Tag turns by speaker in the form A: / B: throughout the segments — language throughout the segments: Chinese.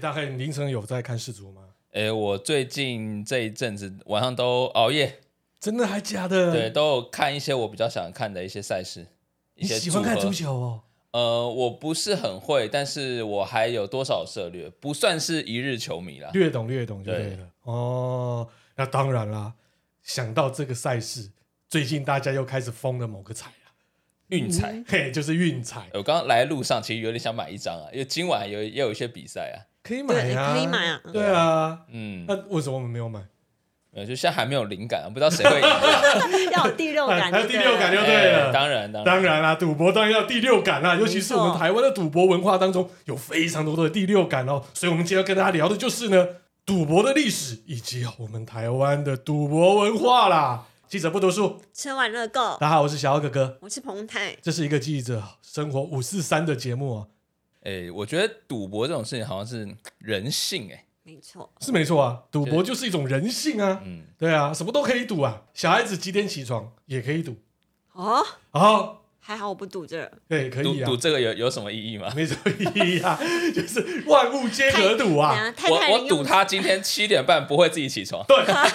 A: 大概凌晨有在看世足吗？
B: 诶，我最近这一阵子晚上都熬夜，
A: 真的还假的？
B: 对，，都有看一些我比较想看的一些赛事，一
A: 你
B: 些
A: 喜欢看
B: 组
A: 足
B: 合？
A: 球哦？
B: 呃，我不是很会，但是我还有多少涉略，不算是一日球迷啦。
A: 略懂略懂就
B: 啊对
A: 对了。哦，那当然啦。想到这个赛事，最近大家又开始疯了某个彩了，
B: 运彩，
A: 嘿，就是运彩，
B: 我刚刚来路上其实有点想买一张啊，因为今晚有也有一些比赛啊，
A: 可以买
C: 对，
A: 啊，
C: 可以买啊。
A: 对啊，
B: 嗯，
A: 那为什么我们没有买？
B: 呃，就现在还没有灵感，不知道谁会赢啊。
C: 要有第六 感
A: 还
C: 就对了，
A: 有第六感 就对了
B: 哎当然，当然，
A: 当然啦、赌博当然要第六感啦、尤其是我们台湾的赌博文化当中有非常多的第六感哦。所以，我们今天要跟大家聊的就是呢，赌博的历史以及我们台湾的赌博文化啦。记者不读书，
C: 吃完乐购，
A: 大家好，我是小奥哥哥，
C: 我是彭泰，
A: 这是一个记者生活五四三的节目啊，
B: 哎，我觉得赌博这种事情好像是人性，哎，
C: 没错，
A: 是没错啊，赌博就是一种人性啊，
B: 嗯，
A: 对啊，什么都可以赌啊，小孩子几点起床也可以赌，
C: 哦，
A: 哦，
C: 还好我不赌这个，
A: 对，可
B: 赌
A: 以啊
B: 赌，这个有有什么意义吗？
A: 没 什么意义啊，就是万物皆可赌啊。
C: 等一下太太
B: 我
C: 零
B: 我
C: 用
B: 赌他今天七点半不会自己起床。
A: 对， 啊，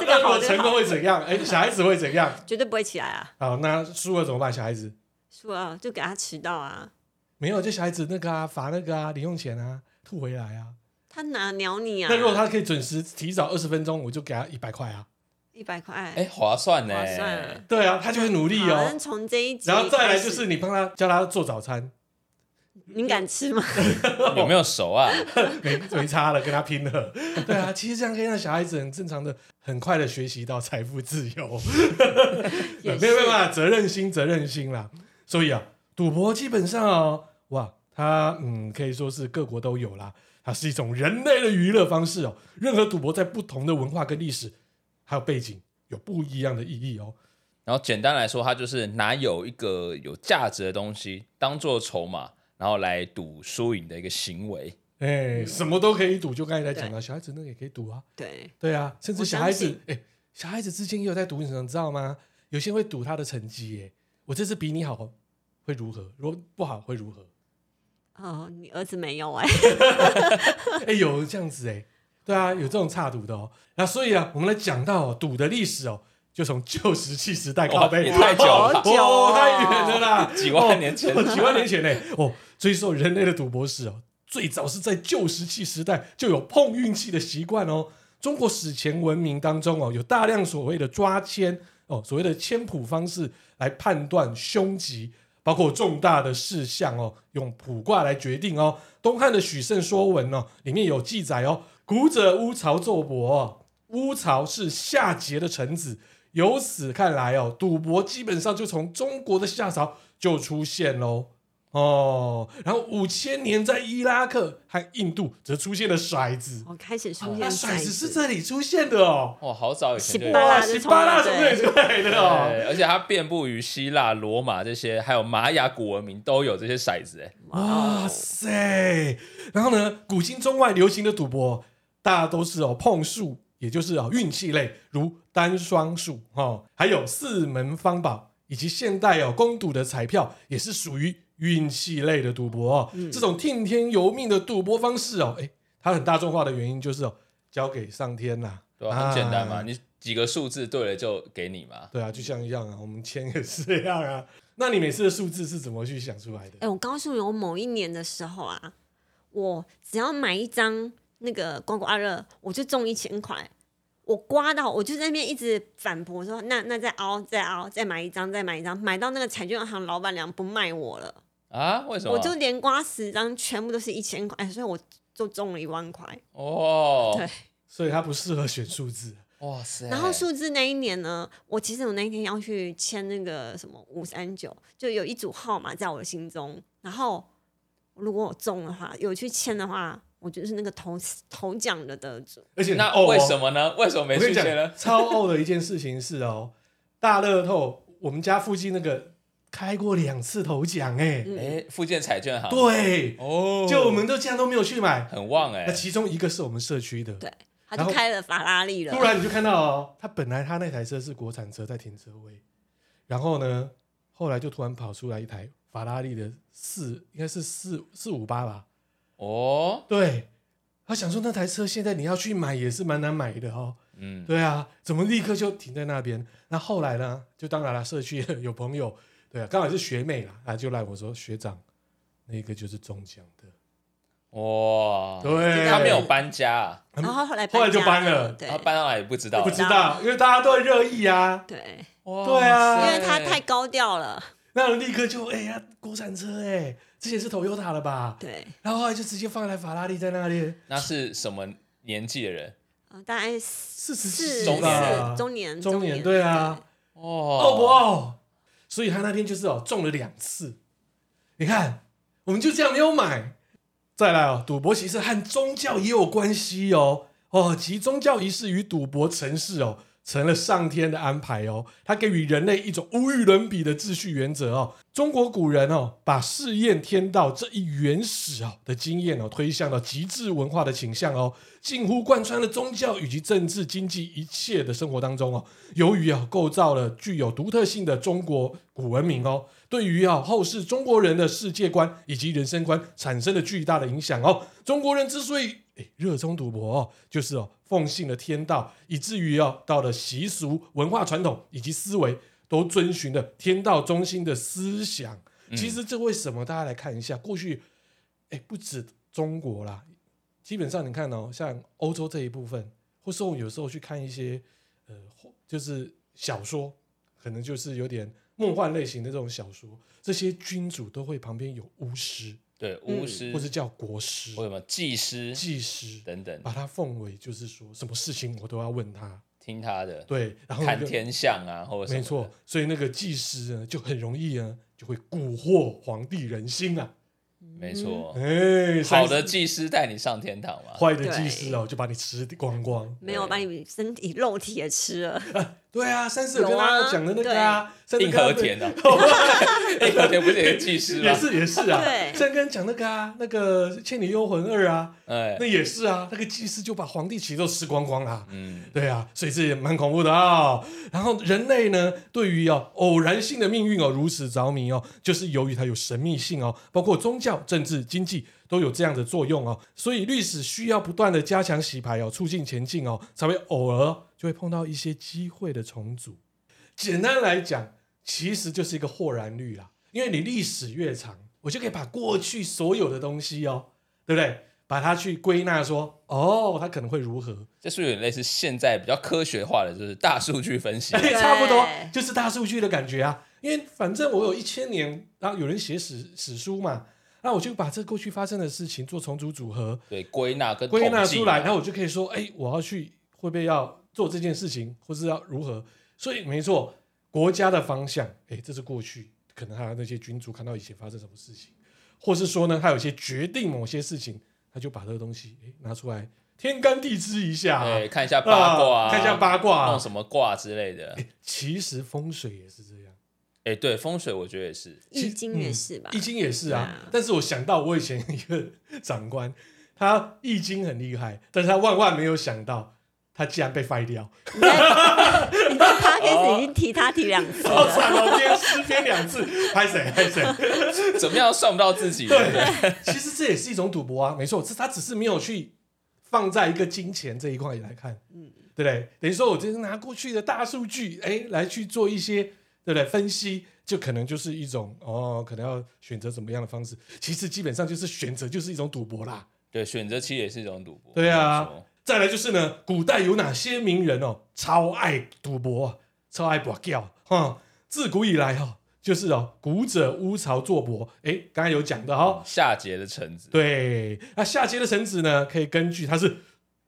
C: 这个
A: 那如
C: 好
A: 果
C: 这个
A: 成功会怎样？哎、小孩子会怎样？
C: 绝对不会起来啊，
A: 好，那输了怎么办？小孩子
C: 输了就给他迟到啊，
A: 没有，就小孩子那个啊，罚那个啊，零用钱啊，吐回来啊。
C: 他哪鸟你啊？
A: 那如果他可以准时提早二十分钟，我就给他一百块啊。
C: 一百块，
B: 哎，划算呢，
C: 划算
A: 对啊，他就会努力
C: 好那
A: 哦。
C: 从这一集，
A: 然后再来就是，你帮他教他做早餐，
C: 你敢 吃吗？
B: 有没有熟啊？
A: 没没差了，跟他拼了。 对啊，其实这样可以让小孩子很正常的、很快的学习到财富自由。
C: 也是
A: 没有没有办法，责任心，责任心啦。所以啊，赌博基本上哦，哇，它嗯可以说是各国都有啦，它是一种人类的娱乐方式哦。任何赌博在不同的文化跟历史还有背景有不一样的意义哦。
B: 然后简单来说，它就是拿有一个 有价值的东西当做筹码，然后来赌输赢的一个 行为。
C: 嗯
A: 哎，什么都可以赌，就刚才在讲了，小孩子那个也可以赌啊，
C: 对，
A: 对啊，甚至
C: 我
A: 小
C: 相
A: 孩子
C: 信
A: 哎，小孩子之间也有在赌，你知道吗？有些会赌他的成绩，哎，我这次比你好会如何？如果不好会如何？
C: 哦，你儿子没有哎，
A: 哎、有这样子哎、对啊，有这种差赌的哦。那所以啊，我们来讲到、哦、赌的历史哦，就从旧石器时代靠背
B: 也太久了
C: 好
B: 吧，
C: 久
A: 哦
C: 哦，
A: 太远了啦，
B: 几万年前
A: 哦几万年前嘞、哦，追溯人类的赌博史哦，最早是在旧石器时代就有碰运气的习惯哦。中国史前文明当中哦，有大量所谓的抓签哦，所谓的签卜方式来判断凶吉，包括重大的事项哦，用卜卦来决定哦。东汉的《许慎说文》哦，里面有记载哦，古者乌巢奏伯、哦，乌巢是夏桀的臣子。由此看来哦，赌博基本上就从中国的夏朝就出现喽。哦，然后五千年在伊拉克和印度则出现了骰子，啊
C: 我开始哦出
A: 哦那
C: 现
A: 骰子是
C: 子，
A: 这里出现的哦，
B: 哇，好早以前就
C: 十
B: 有。
C: 八
A: 哇，
C: 啦
A: 十
C: 就
A: 八大从
C: 从那
A: 这里出来的哦，
B: 对，而且它遍布于希腊、罗马这些，还有玛雅古文明都有这些骰子。哎，
A: 哇
C: 哦
A: 塞！哦然后呢，古今中外流行的赌博，大都是哦碰数，也就是哦运气类，如单双数哦，还有四门方宝，以及现代哦公赌的彩票，也是属于运气类的赌博哦。
B: 嗯
A: 这种听天由命的赌博方式哦，诶，它很大众化的原因就是哦，交给上天啦、
B: 对吧？很简单
A: 啊
B: 嘛，你几个数字对了就给你嘛。
A: 对啊，就像一样啊，我们签也是这样啊。 那你每次的数字是怎么去想出来的？
C: 哎，我告诉你，我某一年的时候啊，我只要买一张那个刮刮乐，我就中一千块。我刮到，我就在那边一直反驳说，那那再凹，再凹，再买一张，再买一张，买到那个彩券行老板娘不卖我了。
B: 啊？为什么？
C: 我就连刮十张，全部都是一千块，哎所以我就中了一万块。
B: 哦，
C: 对，
A: 所以它不适合选数字。
B: 哇塞。
C: 然后数字那一年呢，我其实我那一天要去签那个什么五三九，就有一组号码在我的心中。然后如果我中的话，有去签的话，我就是那个头头奖的得主。
A: 而且
B: 那
A: 哦
B: 为什么呢？为什么没
A: 我跟
B: 哎出
A: 你讲
B: 现呢？，
A: 超呕的一件事情是哦， 大乐透，我们家附近那个开过两次头奖哎、
C: 嗯
B: 哎，附件彩券行。
A: 对，
B: 哦，
A: 就我们都竟然都没有去买。
B: 很旺哎
A: 那。其中一个是我们社区的，
C: 对，啊他
A: 然
C: 就
A: 后
C: 开了法拉利了。
A: 突然你就看到哦，他本来他那台车是国产车在停车位，然后呢，后来就突然跑出来一台法拉利的四，应该是四四五八吧，
B: 哦，
A: 对，他想说那台车现在你要去买也是蛮难买的哦。
B: 嗯，
A: 对啊，怎么立刻就停在那边？那后来呢？就当然了，社区有朋友，对啊，刚好是学妹啦，啊，就来我说学长，那个就是中奖的，
B: 哇，
A: 对，
B: 他没有搬家啊，
A: 嗯
C: 然后后来
A: 后来就
C: 家
A: 搬
C: 了
A: 了，
C: 对
B: 他搬到哪里不知道
A: 我不，知道，因为大家都很热议啊，
C: 对，
B: 哇
A: 对啊
C: 因
B: 塞
C: 为他太高调了，
A: 那立刻就哎呀、国产车哎、之前是 Toyota 了吧？
C: 对，
A: 然后后来就直接放一台法拉利在那里，
B: 那是什么年纪的人？
C: 呃大概
A: 四
C: 四
A: 十
C: 四
A: 几
B: 中
A: 吧
C: 四中年
A: 啊中
C: 年
A: 年对啊，
B: 哦，
A: 傲不傲？所以他那天就是哦中了两次，你看我们就这样没有买。再来哦，赌博其实和宗教也有关系哦哦，其宗教仪式与赌博城市哦成了上天的安排哦，它给予人类一种无与伦比的秩序原则哦。中国古人哦把试验天道这一原始哦的经验哦推向到极致文化的倾向哦，近乎贯穿了宗教以及政治、经济一切的生活当中哦。由于啊构造了具有独特性的中国古文明哦，对于啊后世中国人的世界观以及人生观产生了巨大的影响哦。中国人之所以诶热衷赌博哦，就是哦奉信了天道，以至于哦到了习俗、文化传统以及思维都遵循了天道中心的思想。其实这为什么？大家来看一下，过去诶不止中国啦，基本上你看哦，像欧洲这一部分，或是我有时候去看一些呃，或就是小说，可能就是有点梦幻类型的这种小说，这些君主都会旁边有巫师，
B: 对，巫师
A: 或是叫国师
B: 或、什么技师
A: 祭师，
B: 等等，
A: 把他奉为就是说什么事情我都要问他，
B: 听他的，
A: 对，然后那
B: 看
A: 个
B: 嗯天象啊，或者什么的
A: 没错，，所以那个祭师呢就很容易呢就会蛊惑皇帝人心啊，
B: 没错，
A: 哎，
B: 哦好的啊技师带你上天堂嘛，
A: 坏的祭师哦就把你吃光光。
C: 没有把你身体肉体也吃了，
A: 对啊，三十有跟大
C: 有
A: 家
C: 啊
A: 讲的那个啊，三十
B: 硬和田的， 硬和田不是也是技师
A: 也
B: 吗？
A: 是也是啊，
C: 对
A: 三跟讲那个啊，那个《倩女幽魂二》啊，
B: 哎
A: 那，也是啊，那个祭司就把皇帝旗都吃光光啦、
B: 嗯，
A: 对啊，所以这也蛮恐怖的哦。然后人类呢，对于哦偶然性的命运哦如此着迷哦，就是由于它有神秘性哦，包括宗教、政治、经济都有这样的作用哦。所以历史需要不断的加强洗牌哦，促进前进哦，才会偶尔就会碰到一些机会的重组。简单来讲，其实就是一个豁然率啦，因为你历史越长，我就可以把过去所有的东西哦，对不对？把它去归纳说，哦，它可能会如何。
B: 这是不是有点类似现在比较科学化的，就是大数据分析
A: 哎、。
C: 对
A: 差不多就是大数据的感觉啊。因为反正我有一千年，然后有人写史史书嘛，那我就把这过去发生的事情做重组组合，
B: 对，归纳跟
A: 归纳
B: 统计
A: 出来，
B: 嘛
A: 然后我就可以说，哎、我要去会不会要做这件事情，或是要如何？所以没错，国家的方向，哎、这是过去可能还有那些君主看到以前发生什么事情，或是说呢，他有些决定某些事情，他就把这个东西哎、拿出来天干地支一下、啊
B: 对，，哎看一下八卦啊，
A: 看一下八卦、啊
B: 弄，什么卦之类的。
A: 其实风水也是这样。
B: 哎，对，风水我觉得也是，
A: 其实
C: 易经也是吧
A: 易？经也是啊
C: 对啊，
A: 但是我想到我以前一个长官，他易经很厉害，但是他万万没有想到，他竟然被废掉，
C: 你在 你在 podcast 已经提他提两 次
A: 好
C: 了，
A: 惨哦！今天失篇两次， 拍谁拍谁？
B: 怎么样都算不到自己的。
A: 对，其实这也是一种赌博啊，没错，是他只是没有去放在一个金钱这一块来看，嗯，对不对？等于说我就是拿过去的大数据，哎，来去做一些对不对分析，就可能就是一种哦，可能要选择怎么样的方式，其实基本上就是选择就是一种赌博啦。
B: 对，选择期也是一种赌博。
A: 对啊
B: 没错，
A: 再来就是呢，古代有哪些名人哦，超爱赌博啊，超爱博掉哈。自古以来哦，就是哦，古者乌巢作博，诶，刚才有讲的哦，
B: 夏桀的臣子，
A: 对，那夏桀的臣子呢，可以根据他是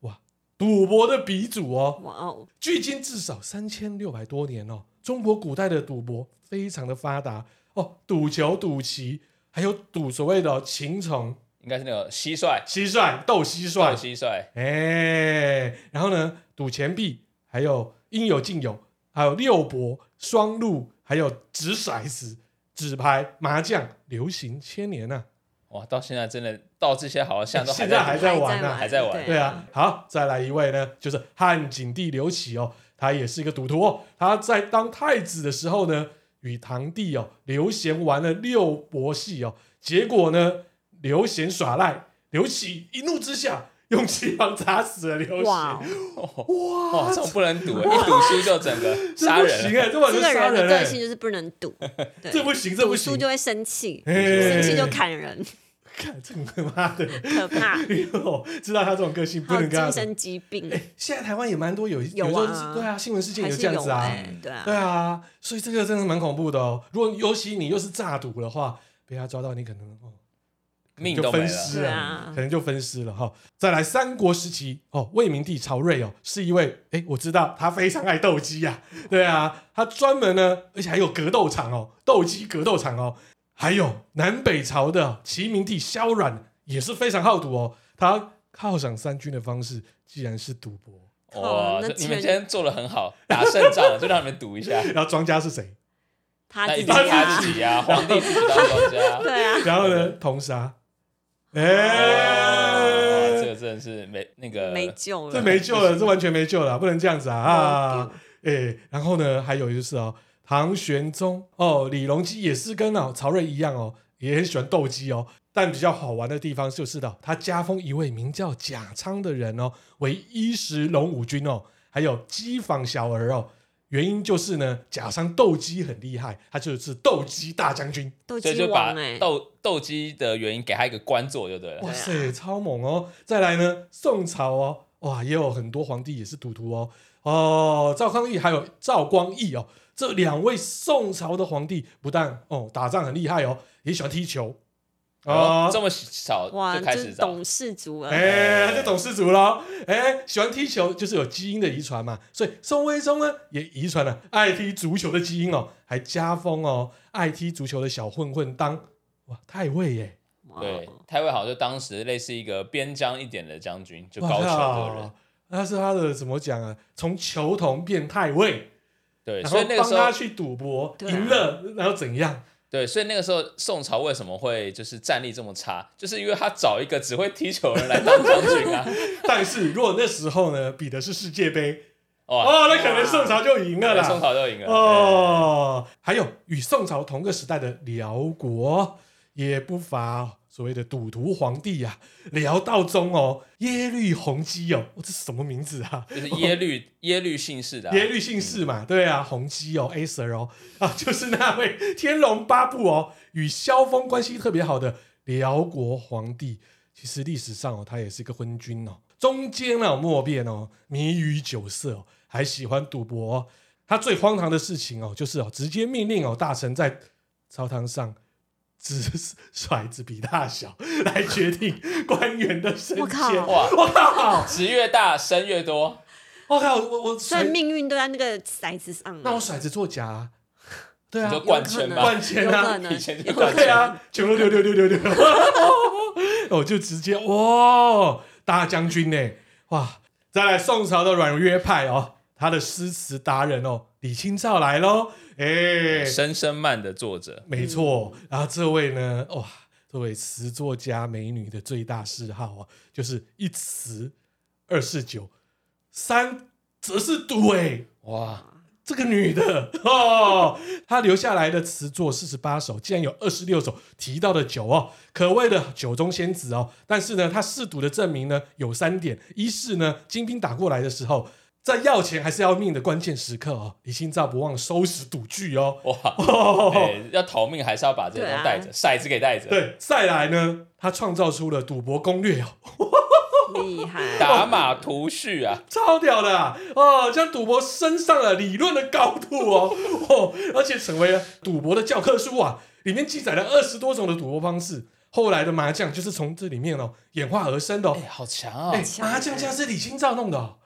A: 哇赌博的鼻祖哦，
C: 哇哦，
A: 距今至少三千六百多年哦，中国古代的赌博非常的发达哦，赌球、赌棋，还有赌所谓的哦禽虫、
B: 应该是那个蟋蟀，
A: 蟋蟀、斗蟋蟀
B: 斗、蟋蟀，
A: 哎，然后呢，赌钱币，还有应有尽有，还有六博、双鹿，还有掷骰子、纸牌、麻将，流行千年啊呐、
B: 哇，到现在真的到这些好像都 还
A: 现在还在玩啊
C: 呢，
B: 还在玩
A: 对啊，好，再来一位呢，就是汉景帝刘启哦，他也是一个赌徒哦。他在当太子的时候呢，与堂弟哦刘贤玩了六博戏哦，结果呢，刘贤耍赖，刘启一怒之下用棋盘砸死了刘
C: 哇
A: 协
C: 哦，，
B: 哦，这种不能赌，一赌输就整个杀
A: 这不
B: 人
A: 行
B: 了。
A: 哎，这完
C: 这
A: 全
C: 个
A: 杀
C: 人的
A: 人
C: 个性
A: 哎，
C: 就是不能 赌，
A: 这
C: 对，
A: 不行，这不
C: 赌输
A: 行，
C: 就会生气，
A: 哎
C: 生气就砍人，
A: 看这个妈的，
C: 可怕，
A: 哦知道他这种个 性不
C: 还有
A: 能跟他讲。
C: 精神疾病，
A: 哎现在台湾也蛮多有
C: 有啊
A: 时候是对啊，新闻事件
C: 还
A: 有
C: 是
A: 这样
C: 有
A: 子啊，
C: 哎，对啊，
A: 对啊，所以这个真的是蛮恐怖的哦。如果尤其你又是诈赌的话，被他抓到，你可能哦
B: 命
A: 就
B: 都没
A: 分
B: 了。
A: 尸
C: 对
A: 了，
C: 啊
A: 可能就分尸了哈、再来，三国时期哦，魏明帝曹睿哦，是一位哎，我知道他非常爱斗鸡呀、 对啊，他专门呢，而且还有格斗场哦，斗鸡格斗场哦，还有南北朝的齐明帝萧阮也是非常好赌哦，他犒赏三军的方式既然是赌博，
B: 哇，
C: 哦那
B: 这你们今
C: 钱
B: 天做的很好，打胜仗了就 让你们赌一下。
A: 然后庄家是谁？
C: 他
B: 那
C: 自
B: 一
C: 己
B: 定是
C: 啊
B: 他，自己啊，皇帝自己当庄 家。
C: 对 啊，
A: 然后呢，同杀，
B: 哇，
A: 哎
B: 这。个真的是没那个
C: 没救
A: 呃
C: 了，
A: 这没救了，这完全没救了，不能这样子啊
C: 哦
A: 啊！哎、然后呢，还有就是哦，唐玄宗哦，李隆基也是跟哦曹睿一样哦，也很喜欢斗鸡哦。但比较好玩的地方就是的，他加封一位名叫贾昌的人哦，为衣食龙武军哦，还有机坊小儿哦。原因就是呢，贾昌斗鸡很厉害，他就是斗鸡大将军。
C: 斗
B: 所以
C: 鸡
B: 就把
C: 王哎，
B: 斗斗鸡的原因给他一个官做就对了。
A: 哇
C: 对啊
A: 塞，超猛哦！再来呢，宋朝哦，哇，也有很多皇帝也是赌徒哦。哦，赵匡胤还有赵光义哦，这两位宋朝的皇帝不但哦打仗很厉害哦，也喜欢踢球
B: 哦
A: 哦，
B: 这。么少
C: 哇，
B: 就开
C: 就是
B: 始找
C: 懂事啊足了，
A: 哎，他就懂事足喽。哎，喜欢踢球就是有基因的遗传嘛，所以宋徽宗呢也遗传了爱踢足球的基因哦，还加封哦爱踢足球的小混混当哇太尉耶。
C: 哇
B: 对，太尉好像就当时类似一个边疆一点的将军，就
A: 哇
B: 高
A: 靠
B: 俅的人。
A: 那是他的怎么讲啊？从球童变太尉，
B: 对，
A: 然
B: 所
A: 后
B: 以那个
A: 帮
B: 时
A: 他
B: 候，
A: 去赌博，
C: 对啊
A: 赢了，然后怎样？
B: 对，所以那个时候宋朝为什么会就是战力这么差，就是因为他找一个只会踢球的人来当将 军啊。
A: 但是如果那时候呢，比的是世界杯，
B: 哇，
A: 哦，那可能宋朝就赢了
B: 宋
A: 啦。
B: 朝就赢了。
A: 哦，还有与宋朝同个时代的辽国，也不乏所谓的赌徒皇帝呀、啊，辽道宗哦，耶律洪基哦，哦这是什么名字啊？
B: 对就是耶律耶律姓氏的啊
A: 耶律姓氏嘛，对啊，洪基哦，Acer 哦，啊，就是那位《天龙八部》哦，与萧峰关系特别好的辽国皇帝，其实历史上哦，他也是个昏君哦，中间呢、莫辩哦，迷于酒色、哦，还喜欢赌博、哦。他最荒唐的事情哦，就是哦，直接命令哦大臣在朝堂上掷骰子比大小来决定官员的升
C: 我靠
A: 迁。
B: 哇，
A: 我靠！
B: 职越大生越多，
A: 我靠！我我
C: 所以
A: 甩
C: 命运都在那个骰子上啊，
A: 那我骰子作假、啊，对
B: 你
A: 啊，
B: 就
C: 有
B: 灌
C: 可
B: 钱
C: 能，
B: 吧。
A: 灌钱
C: 有
A: 啊
C: 可能
B: 以前就
C: 有
B: 灌
C: 可
A: 对
B: 钱
C: 能
A: 啊，全部六六六六六六， 我就直接哇，大将军呢、哇！再来宋朝的阮约派哦，他的诗词达人哦，李清照来喽，哎、
B: 申生漫的作者，
A: 没错。然后这位呢，哇，这位词作家美女的最大嗜好啊，就是一词二是酒，三则是赌哎、
B: 哇，
A: 这个女的 哦，她留下来的词作四十八首，竟然有二十六首提到的酒哦，可谓的酒中仙子哦。但是呢，她试毒的证明呢有三点：一是呢，金兵打过来的时候，在要钱还是要命的关键时刻哦，李清照不忘收拾赌具哦。
B: 哇，
A: 哦，
B: 哎要逃命还是要把这个
C: 对啊
B: 东带着，骰子给带着，
A: 对，再来呢，她创造出了赌博攻略哦，
C: 厉害，
B: 打马图序啊，
A: 超屌的啊、哦，将赌博升上了理论的高度哦，哦，而且成为了赌博的教科书啊，里面记载了二十多种的赌博方式。后来的麻将就是从这里面哦演化而生的哦
B: 哎，，好强啊
A: 哎、！
C: 强
A: 麻将家是李清照弄的、哦，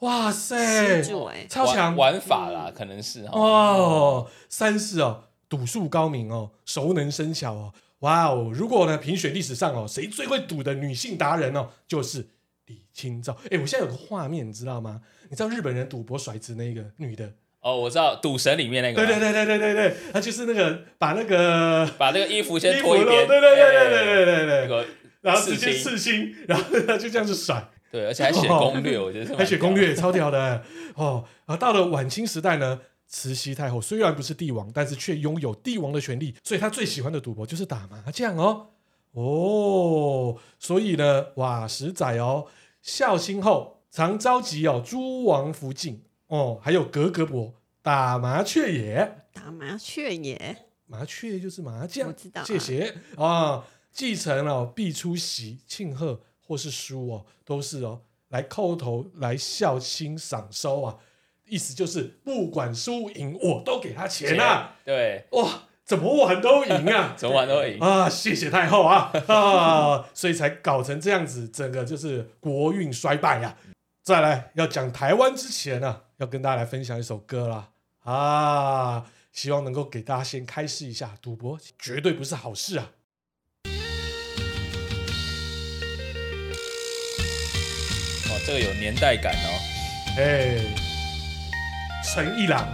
A: 哇塞
C: 施，主哎，
A: 超强
B: 玩玩法啦，可能是哦，
A: 哦！三是哦，赌术高明哦，熟能生巧哦，哇哦！如果呢，评选历史上哦，谁最会赌的女性达人哦，就是李清照。哎，我现在有个画面，你知道吗？你知道日本人赌博甩子那个女的？
B: 哦，我知道《赌神》里面那个啊
A: 对啊
B: 嘛，
A: 对对对对对对，她就是那个把那个
B: 把这个衣服先
A: 衣服
B: 脱一
A: 咯对
B: 边，
A: 对对对对
B: 哎
A: 对对
B: 那
A: 对对，
B: 个
A: 然后直接
B: 刺
A: 刺青，然后她就这样子甩。
B: 对，而且还写攻 略，我觉得是蛮
A: 还写攻
B: 屌
A: 略，超屌的 哦。而到了晚清时代呢，慈禧太后虽然不是帝王，但是却拥有帝王的权利，所以她最喜欢的赌博就是打麻将哦。哦，所以呢，哇，十载哦，孝兴后常召集哦诸王福晋哦，还有格格伯打麻雀也，
C: 打麻 雀也，
A: 麻雀就是麻将，
C: 我知道啊
A: 谢谢啊，继承哦必出席庆贺或是书哦，都是哦来叩头来孝兴赏收啊，意思就是不管输赢我都给他钱啊，
B: 对，，
A: 哇，怎么玩都赢啊
B: 怎么玩都会赢。
A: 啊，谢谢太后啊啊，所以才搞成这样子，整个就是国运衰败呀、再来要讲台湾之前呢、要跟大家来分享一首歌啦啊，希望能够给大家先开示一下，赌博绝对不是好事啊。
B: 哦，这个有年代感哦。
A: 哎，陈一郎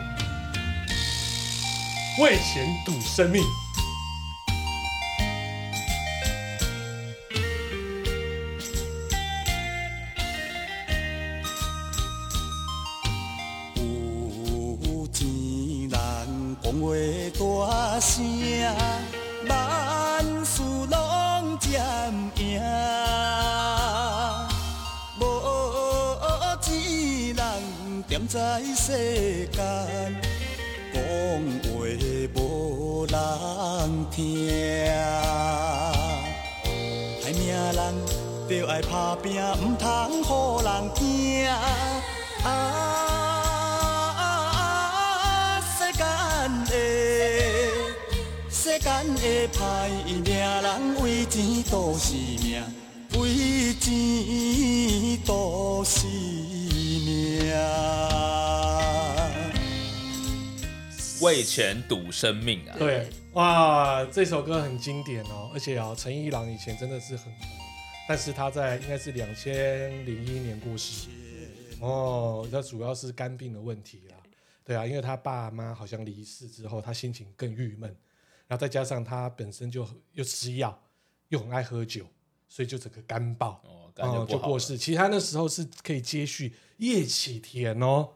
A: 为钱赌生命。
D: 有钱人讲话大声，万事拢占赢。无钱人踮在世间，讲话无人听。害命人就爱打拼，毋通予人惊。啊，世间的世间的歹命人，为钱赌性命，为钱赌性命。
B: 为钱赌生命啊！
A: 对，哇，这首歌很经典哦，而且啊、陈一郎以前真的是很红，但是他在应该是两千零一年过世，哦，他主要是肝病的问题啦，对啊，因为他爸妈好像离世之后，他心情更郁闷，然后再加上他本身就很又吃药，又很爱喝酒，所以就整个肝爆，
B: 哦，感觉
A: 哦，
B: 不
A: 就
B: 好
A: 过
B: 了。
A: 世。其实他那时候是可以接续叶启田哦，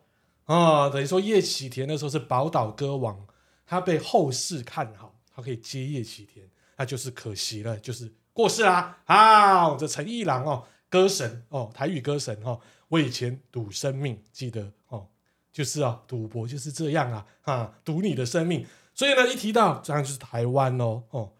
A: 啊、等于说叶启田那时候是宝岛歌王，他被后世看好，他可以接叶启田，那就是可惜了，就是过世啦。啊，我这陈一郎哦，歌神哦，台语歌神哦，我以前赌生命，记得哦，就是啊，赌博就是这样啊，啊，赌你的生命。所以呢，一提到当然就是台湾哦，哦，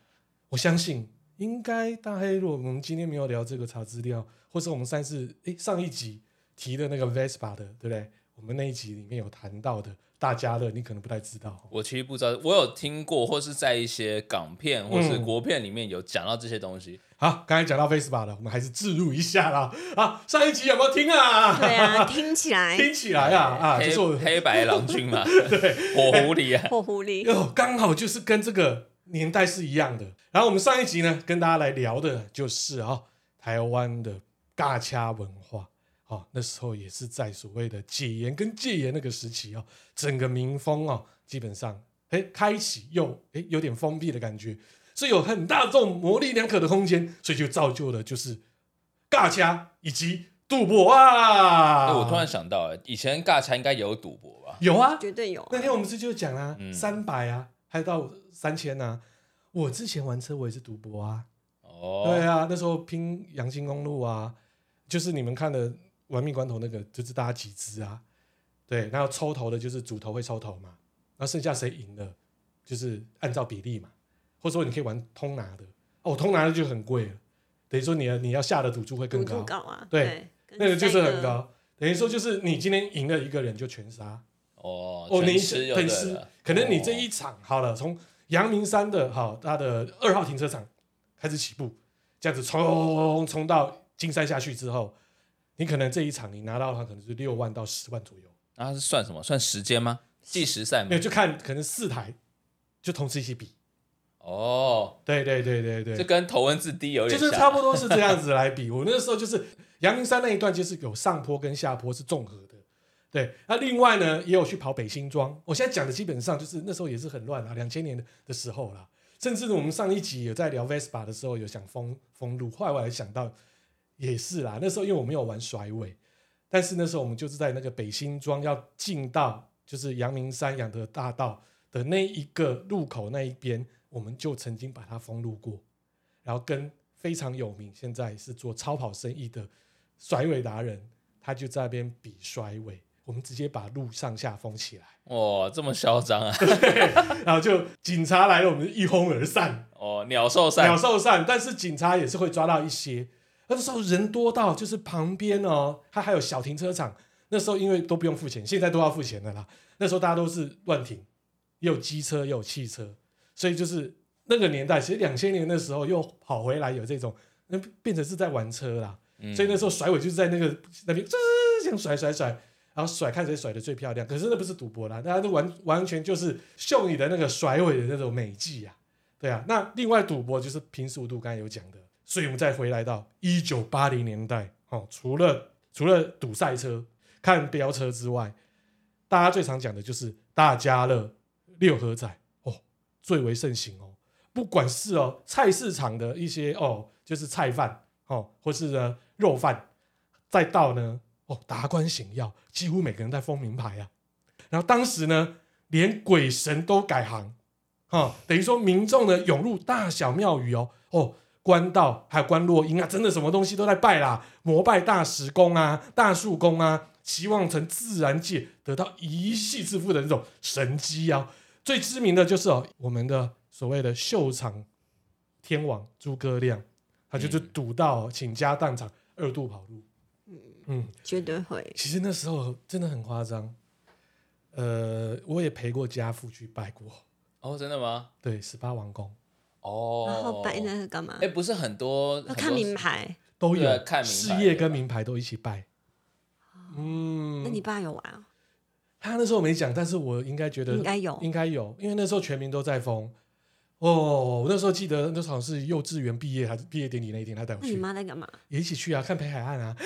A: 我相信应该大黑，如果我们今天没有聊这个查资料，或是我们上次诶上一集提的那个 Vespa 的，对不对？我们那一集里面有谈到的，大家乐你可能不太知道哦。
B: 我其实不知道，我有听过，或是在一些港片或
A: 嗯
B: 是国片里面有讲到这些东西。
A: 好，刚才讲到 Vespa 了，我们还是置入一下啦。啊，上一集有没有听啊？
C: 对啊，听起来
A: 听起来啊啊，
B: 黑
A: 就是我
B: 黑白郎 君嘛，对，火狐狸啊，
C: 破狐狸，
A: 哦，刚好就是跟这个年代是一样的。然后我们上一集呢，跟大家来聊的就是啊、台湾的尬掐文化。哦，那时候也是在所谓的解严跟戒严那个时期哦，整个民风哦，基本上哎开启又哎有点封闭的感觉，所以有很大这种模棱两可的空间，所以就造就了就是尬掐以及赌博啊。
B: 哎我突然想到，哎以前尬餐应该有赌博吧？
A: 有啊，
C: 绝对有啊。
A: 那天我们这就讲啦、
B: 嗯
A: 三百啊，还有到三千啊。我之前玩车，我也是赌博啊。对
B: 哦，
A: 啊，那时候拼阳金公路啊，就是你们看的《玩命关头》那个，就是大家集资啊。对，然后抽头的就是主头会抽头嘛，然后剩下谁赢了，就是按照比例嘛，或者说你可以玩通拿的。哦，通拿的就很贵了，等于说你要你要下的赌注会
C: 赌
A: 更
C: 注
A: 高，
C: 高啊，
A: 对
C: 对，
A: 那个就是很
C: 跟
A: 高。等于说就是你今天赢了一个人就全杀。
B: 哦，
A: 哦，你
B: 全吃就对
A: 粉丝
B: 了，哦
A: 可能你这一场、好了，从阳明山的好它的二号停车场开始起步，这样子冲冲到金山下去之后，你可能这一场你拿到它可能是六万到十万左右，
B: 那啊是算什么？算时间吗？计时赛
A: 没
B: 吗
A: 有？就看可能四台就同时一起比，
B: 哦，
A: 对对对对对，
B: 这跟头文字 D 有
A: 就
B: 点
A: 是
B: 像，啊
A: 差不多是这样子来比。我那时候就是阳明山那一段，就是有上坡跟下坡是综合的。对，那另外呢，也有去跑北新庄。我现在讲的基本上就是那时候也是很乱啊，两千年的的时候啦。甚至我们上一集有在聊 Vespa 的时候，有想封封路，后来我还想到也是啦。那时候因为我没有玩甩尾，但是那时候我们就是在那个北新庄要进到就是阳明山养德大道的那一个路口那一边，我们就曾经把它封路过。然后跟非常有名，现在是做超跑生意的甩尾达人，他就在那边比甩尾，我们直接把路上下封起来，
B: 哇，这么嚣 张啊！
A: 然后就警察来了，我们就一哄而散，
B: 哦，鸟兽
A: 鸟
B: 散，
A: 兽散。但是警察也是会抓到一些，那时候人多到就是旁边哦，它还有小停车场，那时候因为都不用付钱，现在都要付钱的啦。那时候大家都是乱停，也有机车，也有汽车，所以就是那个年代，其实两千年的时候又跑回来有这种，那变成是在玩车啦。
B: 嗯
A: 所以那时候甩尾就是在那个那边，这样甩甩甩，然后甩看谁甩的最漂亮。可是那不是赌博啦，大家都完完全就是秀你的那个甩尾的那种美技啊，对啊。那另外赌博就是平速度，刚才有讲的。所以我们再回来到一九八零年代，哦，除了除了赌赛车、看飙车之外，大家最常讲的就是大家乐、六合彩哦，最为盛行哦。不管是哦菜市场的一些哦，就是菜贩哦，或是呢肉贩，再到呢哦达官显要，几乎每个人在封名牌啊。然后当时呢，连鬼神都改行，哈、等于说民众呢涌入大小庙宇哦，哦，官道还有关落阴啊，真的什么东西都在拜啦，膜拜大石公啊、大树公啊，期望成自然界得到一系致富的那种神机啊。最知名的就是哦，我们的所谓的秀场天王诸葛亮，他就是
B: 嗯
A: 赌到倾家荡产，二度跑路。嗯，
C: 绝对会。
A: 其实那时候真的很夸张。呃，我也陪过家父去拜过，
B: 哦，真的吗？
A: 对，十八王宫
B: 哦，
C: 然后拜那个干嘛
B: 哎、？不是很多，
C: 要
B: 很
C: 看
B: 多
C: 名牌。
A: 都
B: 对
A: 有
B: 啊，看名牌啊
A: 事业跟名牌都一起拜。
C: 那
A: 嗯
C: 你，爸有玩啊？
A: 他那时候没讲，但是我应该觉得
C: 应该有
A: 应该有，因为那时候全民都在疯。哦，我那时候记得那时候好像是幼稚园毕业还是毕业典礼那一天，他带我
C: 那你
A: 去，
C: 妈在干嘛？
A: 也一起去啊，看北海岸啊，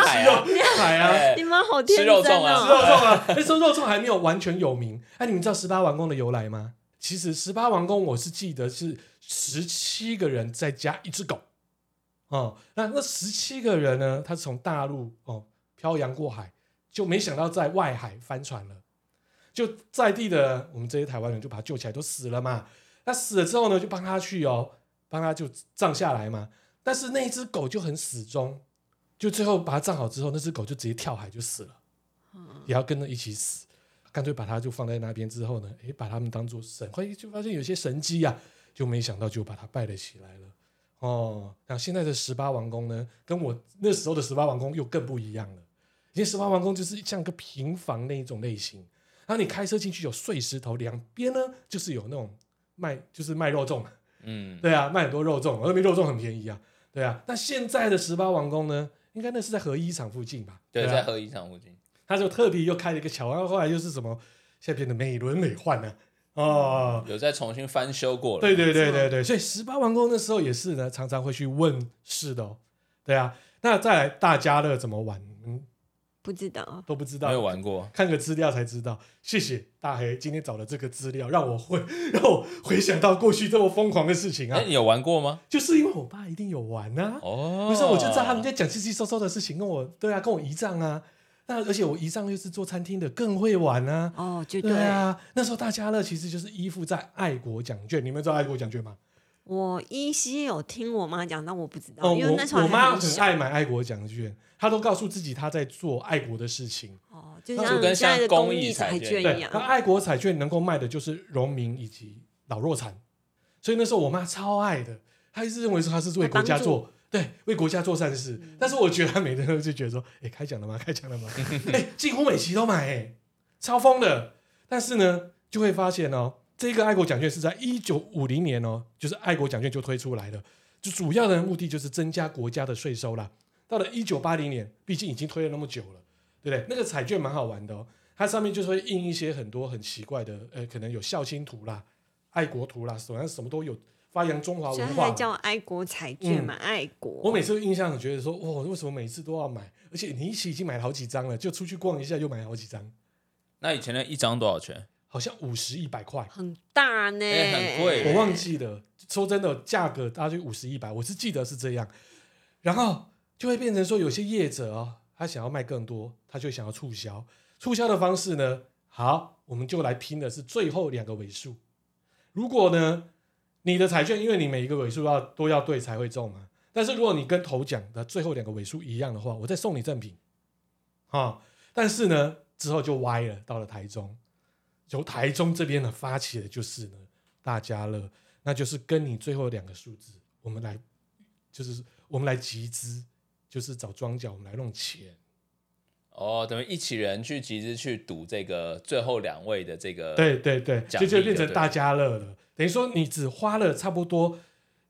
B: 海啊，
A: 海啊，
B: 哎
C: 你妈好天真
B: 吃肉粽
A: 吃
B: 啊
A: 肉
C: 哦！
A: 粽啊！那时候肉粽还没有完全有名。哎、你们知道十八王宫的由来吗？其实十八王宫我是记得是十七个人再加一只狗。哦，那那十七个人呢？他是从大陆哦漂洋过海，就没想到在外海翻船了。就在地的我们这些台湾人就把他救起来，都死了嘛。那死了之后呢，就帮他去哦，帮他就葬下来嘛。但是那只狗就很死忠，就最后把它葬好之后，那只狗就直接跳海就死了。也要跟着一起死。干脆把它就放在那边之后呢，诶，把他们当做神，后来就发现有些神机啊，就没想到就把它拜了起来了。哦，那现在的十八王宫呢，跟我那时候的十八王宫又更不一样了。以前十八王宫就是像个平房那一种类型，然后你开车进去有碎石头，两边呢就是有那种卖就是卖肉粽，
B: 嗯，
A: 对啊，卖很多肉粽，而那边肉粽很便宜啊，对啊。那现在的十八王宫呢，应该那是在合一厂附近吧？
B: 对，
A: 啊
B: 在合一厂附近，
A: 他就特地又开了一个桥，然后后来又是什么，现在变得美轮美奂呢、哦，
B: 有再重新翻修过了。
A: 对对对对对，所以十八王宫那时候也是呢，常常会去问事的哦。对啊，那再来大家乐怎么玩，嗯，
C: 不知道，
A: 都不知道
B: 没有。玩过。
A: 看个资料才知道，谢谢大黑今天找的这个资料，让我回 让我回想到过去这么疯狂的事情
B: 哎、
A: 啊！
B: 你有玩过吗？
A: 就是因为我爸一定有玩啊，
B: 哦，
A: 不是，我就知道他们在讲稀稀疏疏的事情，跟我对啊，跟我姨丈啊，那而且我姨丈又是做餐厅的，更会玩啊，
C: 哦，绝
A: 对
C: 对。
A: 啊，那时候大家乐其实就是依附在爱国奖券，你们知道爱国奖券吗？
C: 我依稀有听我妈讲，但我不知道，
A: 哦，
C: 因为那时
A: 我
C: 候
A: 我
C: 还
A: 妈
C: 很
A: 很
C: 小。
A: 爱买爱国奖券，她都告诉自己她在做爱国的事情。
C: 哦，就
A: 就
C: 像
B: 跟
C: 现在
B: 像
C: 的
B: 公
C: 公
B: 益
C: 益
B: 彩
C: 彩
B: 券
C: 券一
A: 对，那
C: 样。
A: 爱国彩券能够卖的就是农民以及老弱残，所以那时候我妈超爱的，她一直认为说她是为国家做。对，为国家做善事，但是我觉得她每天都就觉得说，哎、开奖了吗？开 奖了吗？哎、几乎每期都买、哎，超疯的。但是呢，就会发现哦，这个爱国奖券是在一九五零年哦，就是爱国奖券就推出来了，就主要的目的就是增加国家的税收啦。到了一九八零年，毕竟已经推了那么久了，对不对？那个彩券蛮好玩的哦，它上面就是会印一些很多很奇怪的，呃，可能有孝亲图啦、爱国图啦，反正什么都有，发扬中华
C: 所以
A: 文
C: 它
A: 化
C: 才
A: 嘛。
C: 叫爱国彩券嘛，爱国。
A: 我每次印象觉得说，哇，为什么每次都要买？而且你一期已经买了好几张了，就出去逛一下又买了好几张，
B: 那以前的一张多少钱？
A: 好像五十一百块，
C: 很大呢，
B: 哎很贵
A: 我忘记了。说真的，价格大概五十一百，我是记得是这样。然后就会变成说，有些业者哦，他想要卖更多，他就想要促销。促销的方式呢，好，我们就来拼的是最后两个尾数。如果呢，你的彩券，因为你每一个尾数要都要对才会中嘛，但是如果你跟头奖的最后两个尾数一样的话，我再送你赠品啊。但是呢，之后就歪了，到了台中，由台中这边呢发起的就是呢大家乐，那就是跟你最后两个数字，我们来就是我们来集资，就是找庄家，我们来弄钱。
B: 哦，等于一起人去集资去赌这个最后两位的这个，
A: 对对对，
B: 呃奖
A: 就就
B: 励
A: 变
B: 的
A: 成
B: 对
A: 大家乐了。等于说你只花了差不多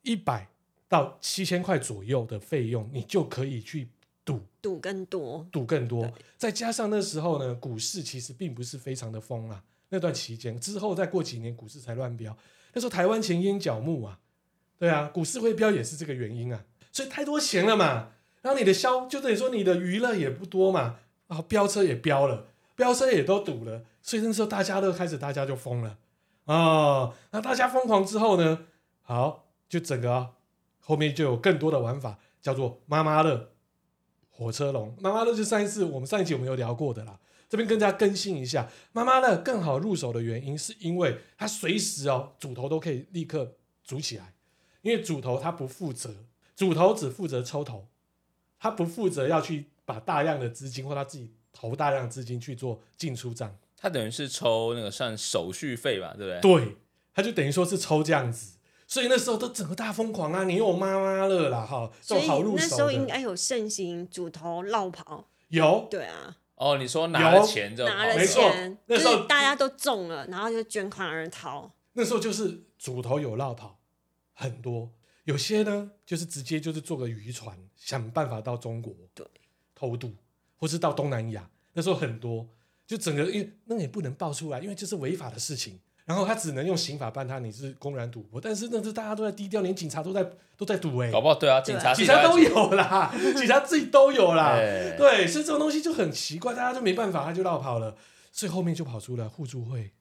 A: 一百到七千块左右的费用，你就可以去赌
C: 赌更多，
A: 赌更多。再加上那时候呢，股市其实并不是非常的疯啊，那段期间之后再过几年股市才乱飙。那时候台湾钱淹脚木啊，对啊，股市会飙也是这个原因啊，所以太多钱了嘛。然后你的消就等于说你的娱乐也不多嘛，然后飙车也飙了，飙车也都堵了，所以那时候大家都开始大家就疯了啊、哦。那大家疯狂之后呢，好，就整个、啊、后面就有更多的玩法，叫做妈妈乐、火车龙。妈妈乐就上一次我们上一集我们有聊过的啦，这边跟大家更新一下，妈妈乐更好入手的原因是因为它随时哦主头都可以立刻组起来，因为主头他不负责，主头只负责抽头，他不负责要去把大量的资金或他自己投大量的资金去做进出账，
B: 他等于是抽那个算手续费吧，对不对？
A: 对，他就等于说是抽这样子。所以那时候都整个大疯狂啊！你有妈妈乐啦，哈，这
C: 所
A: 种
C: 以
A: 好入
C: 那
A: 手
C: 时候应
A: 的
C: 该有盛行主头绕跑，
A: 有，
C: 对啊，
B: 哦，你说拿了
A: 有
B: 钱就
C: 拿
B: 跑
C: 了
A: 没错
C: 钱，
A: 那
C: 就
A: 时候
C: 是大家都中了，然后就卷款而逃，
A: 那时候就是主头有绕跑很多，有些呢就是直接就是坐个渔船，想办法到中国
C: 对
A: 偷渡，或是到东南亚。那时候很多，就整个因为那个也不能爆出来，因为这是违法的事情。然后他只能用刑法办他，你是公然赌博。但是那是大家都在低调，连警察都在都在赌哎、
B: 搞不好对啊，
C: 对
B: 警
C: 啊
A: 警
B: 察自己在
A: 察都
B: 赌
A: 有 啦，警察自己都有啦。
B: 哎
A: 对，所以这种东西就很奇怪，大家就没办法，他就绕跑了。所以后面就跑出了互助会。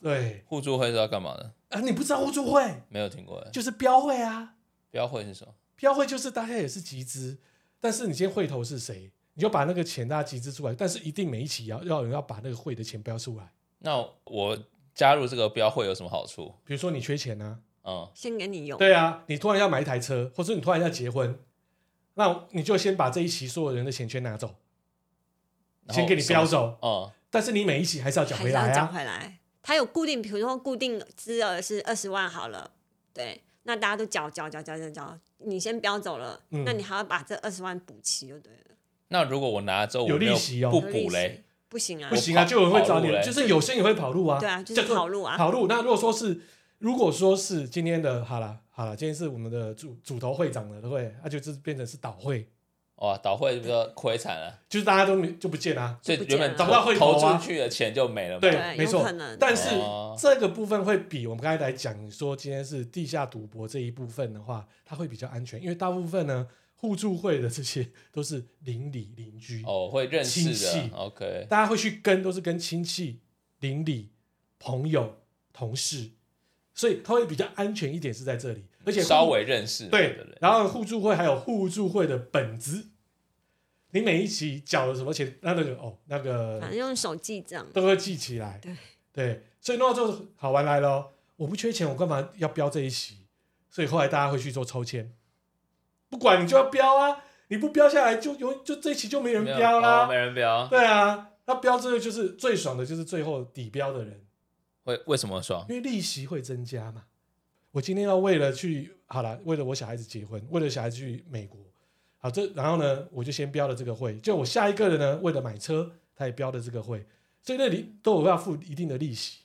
A: 对
B: 互助会是要干嘛的？
A: 啊，你不知道互助会？
B: 没有听过哎，
A: 就是标会啊，
B: 标会是什么？
A: 标会就是大家也是集资，但是你今天会头是谁，你就把那个钱大家集资出来，但是一定每一期要要有人要把那个会的钱标出来。
B: 那我加入这个标会有什么好处？
A: 比如说你缺钱啊，
B: 嗯，
C: 先给你用，
A: 对啊，你突然要买一台车，或者你突然要结婚，那你就先把这一期所有人的钱全拿走，
B: 然后
A: 先给你标
B: 什么
A: 走，
B: 嗯，
A: 但是你每一期还是要缴
C: 还
A: 回
C: 是要
A: 来
C: 找
A: 啊。
C: 回来。他有固定，比如说固定资额是二十万好了，对，那大家都缴缴缴缴缴缴，你先标走了，
A: 嗯
C: 那你还要把这二十万补齐就对了。
B: 那如果我拿了之后我
A: 有利
B: 没有
A: 息哦
B: 不
C: 有利
B: 补
C: 息
B: 嘞，，
C: 不行啊
A: 不，行啊，
B: 我跑
A: 就有人会找你
B: 跑路，嘞
A: 就是有些人也会跑路啊。
C: 对啊就是
A: 这个
C: 跑路啊
A: 跑路。那如果说是，如果说是今天的，好了好了，今天是我们的主主头会长了，对不对？那、就是变成是倒会，
B: 哇，倒会不就亏惨了？
A: 就是大家都没就不见啊。
B: 所以原本
C: 就不见了
A: 找不到会头
B: 投
A: 啊
B: 进去的钱就没了嘛。
C: 对
A: 没
C: 有
A: 错
C: 可能。
A: 但是
B: 哦
A: 这个部分会比我们刚才来讲说今天是地下赌博这一部分的话，它会比较安全，因为大部分呢互助会的这些都是邻里邻居，
B: 哦，会认识
A: 亲戚
B: 的，OK，
A: 大家会去跟都是跟亲戚、邻里、朋友、同事，所以它会比较安全一点是在这里，而且互
B: 稍微认识嘛
A: 对
B: 不，
A: 然后互助会还有互助会的本子，你每一期缴了什么钱，那那个哦那个
C: 反正用手记账，
A: 都会记起来。
C: 对
A: 所以弄到最后好玩来了哦，我不缺钱，我干嘛要标这一期？所以后来大家会去做抽签，不管你就要标啊，你不标下来就永就这一期就没人
B: 没有
A: 标
B: 哦
A: 啦
B: 没。人标，
A: 对啊，那标这个就是最爽的，就是最后底标的人，
B: 会为什么爽？
A: 因为利息会增加嘛。我今天要为了去好了，为了我小孩子结婚，为了小孩子去美国，好这然后呢，我就先标了这个会，就我下一个人呢，为了买车，他也标了这个会，所以那里都有要付一定的利息。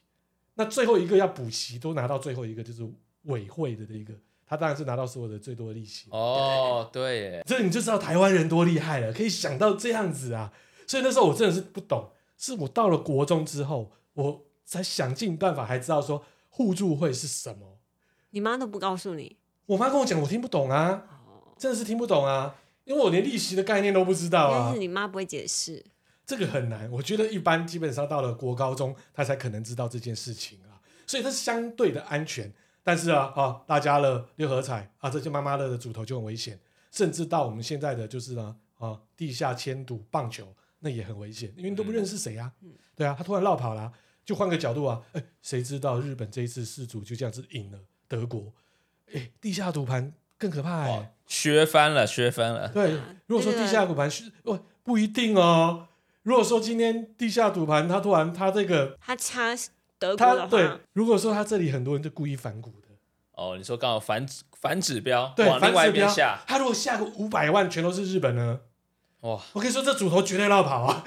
A: 那最后一个要补齐，都拿到最后一个就是委会的这一个，他当然是拿到所有的最多的利息。
B: 哦，对耶，
A: 这你就知道台湾人多厉害了，可以想到这样子啊。所以那时候我真的是不懂，是我到了国中之后，我才想尽办法，还知道说互助会是什么。
C: 你妈都不告诉你。
A: 我妈跟我讲，我听不懂啊，
C: 哦，
A: 真的是听不懂啊，因为我连利息的概念都不知道
C: 但
A: 啊
C: 是。你妈不会解释，
A: 这个很难，我觉得一般基本上到了国高中，他才可能知道这件事情啊。所以它是相对的安全，但是啊啊，大家乐、六合彩啊，这些妈妈乐的主头就很危险，甚至到我们现在的就是呢啊，地下牵赌、棒球那也很危险，因为你都不认识谁啊，对啊，他突然绕跑啦、就换个角度啊，哎，谁知道日本这一次世足就这样子赢了德国，哎，地下赌盘更可怕、
B: 哇
A: 欸。
B: 削翻了，削翻了。
A: 对，如果说地下赌盘是不不一定哦。如果说今天地下赌盘，它突然它这个
C: 他掐德国
A: 它
C: 的
A: 对
C: 话，，
A: 如果说它这里很多人就故意反骨的，
B: 哦，你说刚好反指反指标
A: 对，
B: 往另外一边
A: 反指标
B: 下，
A: 它如果下个五百万全都是日本呢，
B: 哇，
A: 我跟你说这主头绝对绕跑啊。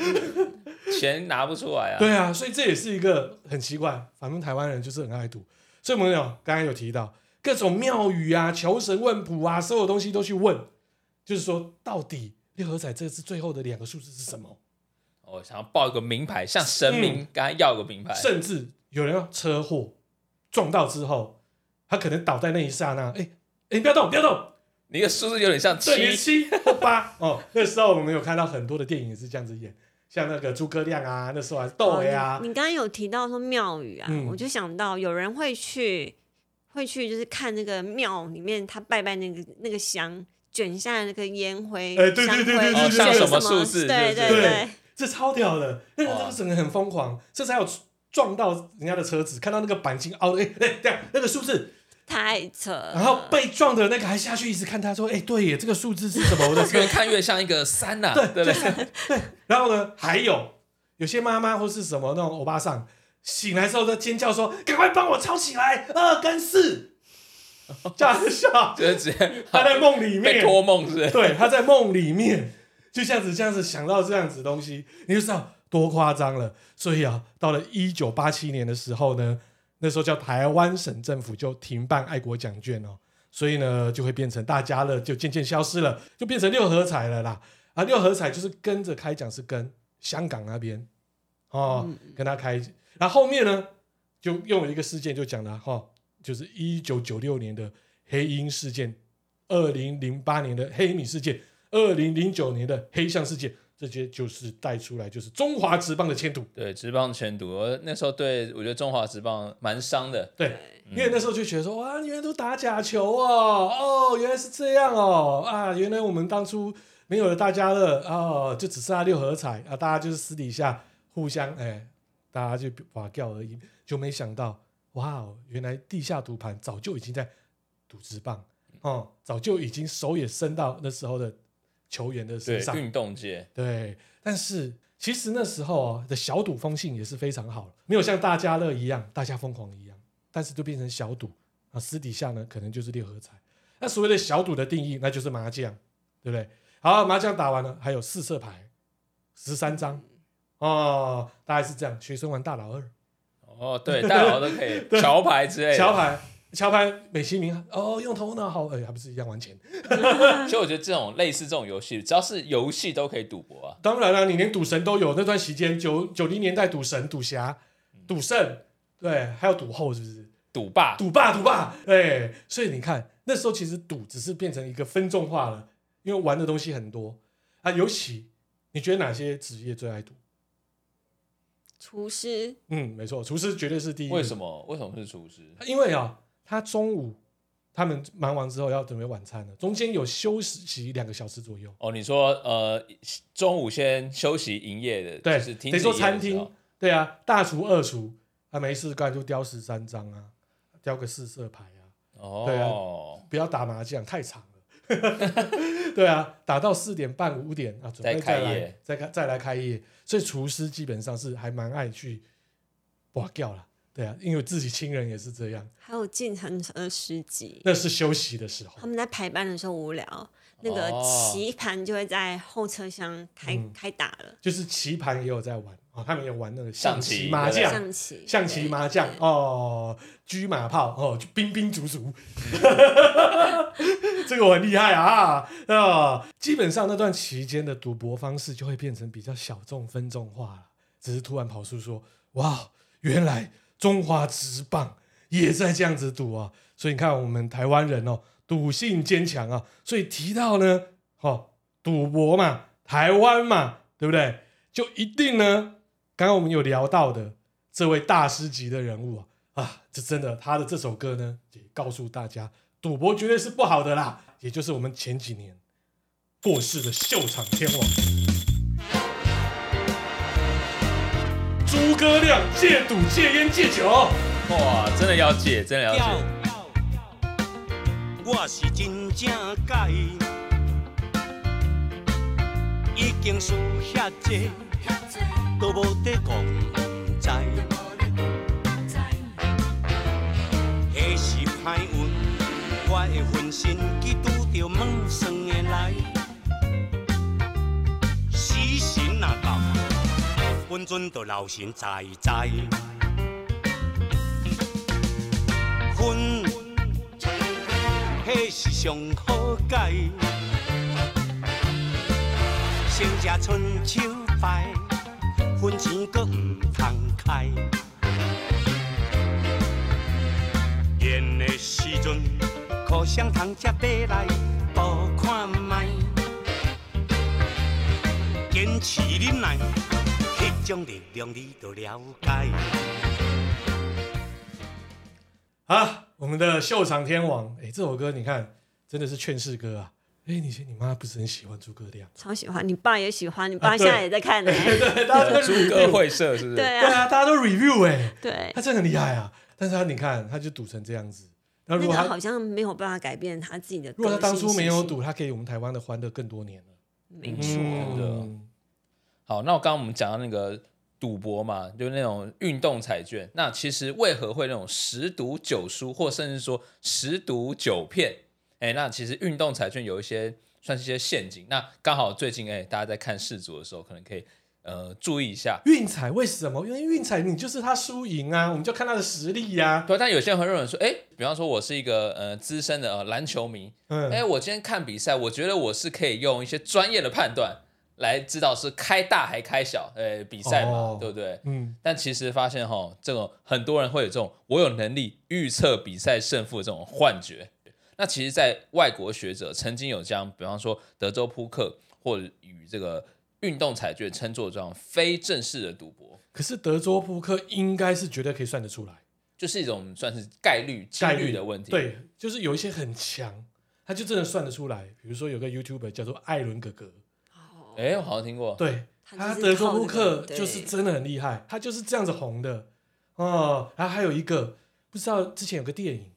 B: 钱拿不出来啊。
A: 对啊，所以这也是一个很奇怪，反正台湾人就是很爱赌。所以我们有刚才有提到各种庙宇啊、求神问卜啊，所有东西都去问，就是说到底六合彩这次最后的两个数字是什么？
B: 我哦想要报一个名牌，像神
A: 嗯
B: 明刚才要个名牌，
A: 甚至有人要车祸撞到之后，他可能倒在那一刹那，哎、哎，你不要动，不要动，
B: 你的数字有点像
A: 对，你是
B: 七，
A: 七或八哦。那时候我们有看到很多的电影也是这样子演，像那个诸葛亮啊，那时候还是窦唯啊
C: 哦，你你刚刚有提到说庙宇啊，
A: 嗯
C: 我就想到有人会去，会去就是看那个庙里面他拜拜那个那个香卷下来那个烟灰，
A: 哎对对
C: 香
A: 对对
C: 灰
A: 对对
C: 哦
A: 对
C: 像
A: 对
C: 什
B: 什么数字对
C: 对对
A: 对
C: 对，
A: 这超屌的，那个
B: 哇
A: 那个整个很疯狂，这才有撞到人家的车子，看到那个钣金凹的，哎、哎，对、样那个数字，
C: 太扯了。
A: 然
B: 嗯
A: 后被撞的那个还下去一直看他说，哎、对耶，这个数字是什么？我的车
B: 越看越像一个三呐，对不对？
A: 然后呢，还有有些妈妈或是什么那种欧巴桑醒来之后在尖叫说：“赶快帮我抄起来，二跟四。”叫他笑，
B: 就是直接
A: 他在梦里
B: 被
A: 面，
B: 托梦是不是？
A: 对，他在梦里面就这样子这样子想到这样子东西，你就知道多夸张了。所以啊，到了一九八七年的时候呢，那时候叫台湾省政府就停办爱国奖券哦，所以呢就会变成大家乐就渐渐消失了，就变成六合彩了啦。啊，六合彩就是跟着开奖是跟香港那边哦、跟他开，然后后面呢就用了一个事件就讲了哈、哦，就是一九九六年的黑鹰事件，二零零八年的黑米事件，二零零九年的黑象事件，这些就是带出来就是中华职棒的前途。
B: 对，职棒全毒，我那时候对我觉得中华职棒蛮伤的，
A: 对，因为那时候就觉得说，哇，你们都打假球哦，哦，原来是这样哦，啊，原来我们当初没有了大家乐哦，就只剩下六合彩啊，大家就是私底下互相哎，大家就划掉而已，就没想到，哇哦，原来地下赌盘早就已经在赌职棒哦，早就已经手也伸到那时候的球员的
B: 对
A: 身上，
B: 运动界
A: 对，但是其实那时候啊的小赌风性也是非常好，没有像大家乐一样大家疯狂一样，但是就变成小赌啊，私底下呢可能就是六合彩。那所谓的小赌的定义，那就是麻将，对不对？好，麻将打完了，还有四色牌，十三张哦，大概是这样。学生玩大老二，
B: 哦，对，大佬都 可以桥牌之类
A: 桥
B: 的。
A: 牌，桥牌，美其名哦，用头脑好，哎，还不是一样玩钱？
B: 所以我觉得这种类似这种游戏，只要是游戏都可以赌博啊。
A: 当然了、你连赌神都有。那段时间，九九零年代赌神、赌侠、赌圣，对，还有赌后，是不是？
B: 赌霸，
A: 赌霸，赌霸，哎，所以你看那时候其实赌只是变成一个分众化了，因为玩的东西很多啊。尤其你觉得哪些职业最爱赌？
C: 厨师
A: 嗯，没错，厨师绝对是第一。
B: 为什
A: 么？
B: 么？为什么是厨师？
A: 因为啊、他中午他们忙完之后要准备晚餐了，中间有休息两个小时左右。
B: 哦，你说呃，中午先休息营业的，
A: 对，
B: 就是停
A: 等于
B: 止
A: 说
B: 营业的
A: 餐
B: 时候
A: 厅，对啊，大厨、二厨，他、没事干就雕十三张啊，雕个四色牌啊，对啊
B: 哦，
A: 不要打麻将太长了， 对啊，打到四点半五点啊，准备
B: 再开
A: 来
B: 业，
A: 再开再来开业，所以厨师基本上是还蛮爱去哇掉了，对啊，因为自己亲人也是这样，
C: 还有进城车司机，
A: 那是休息的时候
C: 他，们在排班的时候无聊，那个
B: 哦
C: 棋盘就会在后车厢开
A: 嗯
C: 开打了，
A: 就是棋盘也有在玩啊、哦，他们也玩那个
B: 象棋
A: 棋、麻
B: 对
A: 将。
C: 象棋，
A: 象棋、麻将哦，车马炮哦，就兵兵卒卒， 这个我很厉害啊啊、基本上那段期间的赌博方式就会变成比较小众、分众化了。只是突然跑出说，哇，原来中华职棒也在这样子赌啊！所以你看我们台湾人哦，赌性坚强啊。所以提到呢，哦，赌博嘛，台湾嘛，对不对？就一定呢，刚刚我们有聊到的，这位大师级的人物啊，啊，这真的他的这首歌呢，也告诉大家，赌博绝对是不好的啦。也就是我们前几年过世的秀场天王诸葛亮戒赌、戒烟、戒酒。
B: 哇，真的要戒，真的要戒。
E: 我是真正介意，已经输遐济，都无得讲不知，迄是歹运，我会分身去拄着问算的来，死神若到，本阵就留神在在。分，迄是上好解。先食春秋饭，分钱佫毋通开。闲的时阵，互相通才买来补看卖。坚持忍耐，迄种力量你都了解。
A: 啊，我们的秀场天王，哎，这首歌你看真的是劝世歌啊！哎，你你妈不是很喜欢诸葛亮？
C: 超喜欢，你爸也喜欢，你爸
A: 啊
C: 现
A: 对
C: 在也在看呢、
A: 对，大家都
B: 啊诸葛会社是不是？
C: 对
A: 对
C: 啊，
A: 啊，大家都 review 哎、
C: 对
A: 他，真的很厉害啊！但是他你看，他就赌成这样子。那
C: 那
A: 如果
C: 个
A: 他
C: 好像没有办法改变他自己的。
A: 如果他当初没有，赌，他给我们台湾的欢乐更多年了。
C: 没
B: 嗯
C: 错，
B: 真的好，那我刚刚我们讲到那个赌博嘛，就是那种运动彩券。那其实为何会那种十赌九输，或甚至说十赌九骗？哎，那其实运动彩券有一些算是一些陷阱。那刚好最近哎，大家在看世足的时候，可能可以呃注意一下。
A: 运彩为什么？因为运彩你就是他输赢啊，我们就看他的实力呀、啊。
B: 对，但有些人会认为说，哎，比方说我是一个呃资深的呃篮球迷，哎、
A: 嗯，
B: 我今天看比赛，我觉得我是可以用一些专业的判断来知道是开大还开小，呃，比赛嘛，
A: 哦
B: 对不对？
A: 嗯，
B: 但其实发现哈，这种很多人会有这种我有能力预测比赛胜负的这种幻觉。那其实，在外国学者曾经有将，比方说德州扑克或者与这个运动彩券称作这种非正式的赌博，
A: 可是德州扑克应该是绝对可以算得出来，
B: 就是一种算是概率、几
A: 概
B: 率的问题。，
A: 对，就是有一些很强，他就真的算得出来。比如说有个 YouTuber 叫做艾伦哥哥，
B: 哎，我好像听过。
A: 对
C: 他
A: 他
C: 就是
A: 德
C: 靠
A: 州扑
C: 这
A: 克
C: 个对
A: 就是真的很厉害，他就是这样子红的哦。然后还有一个不知道之前有个电影，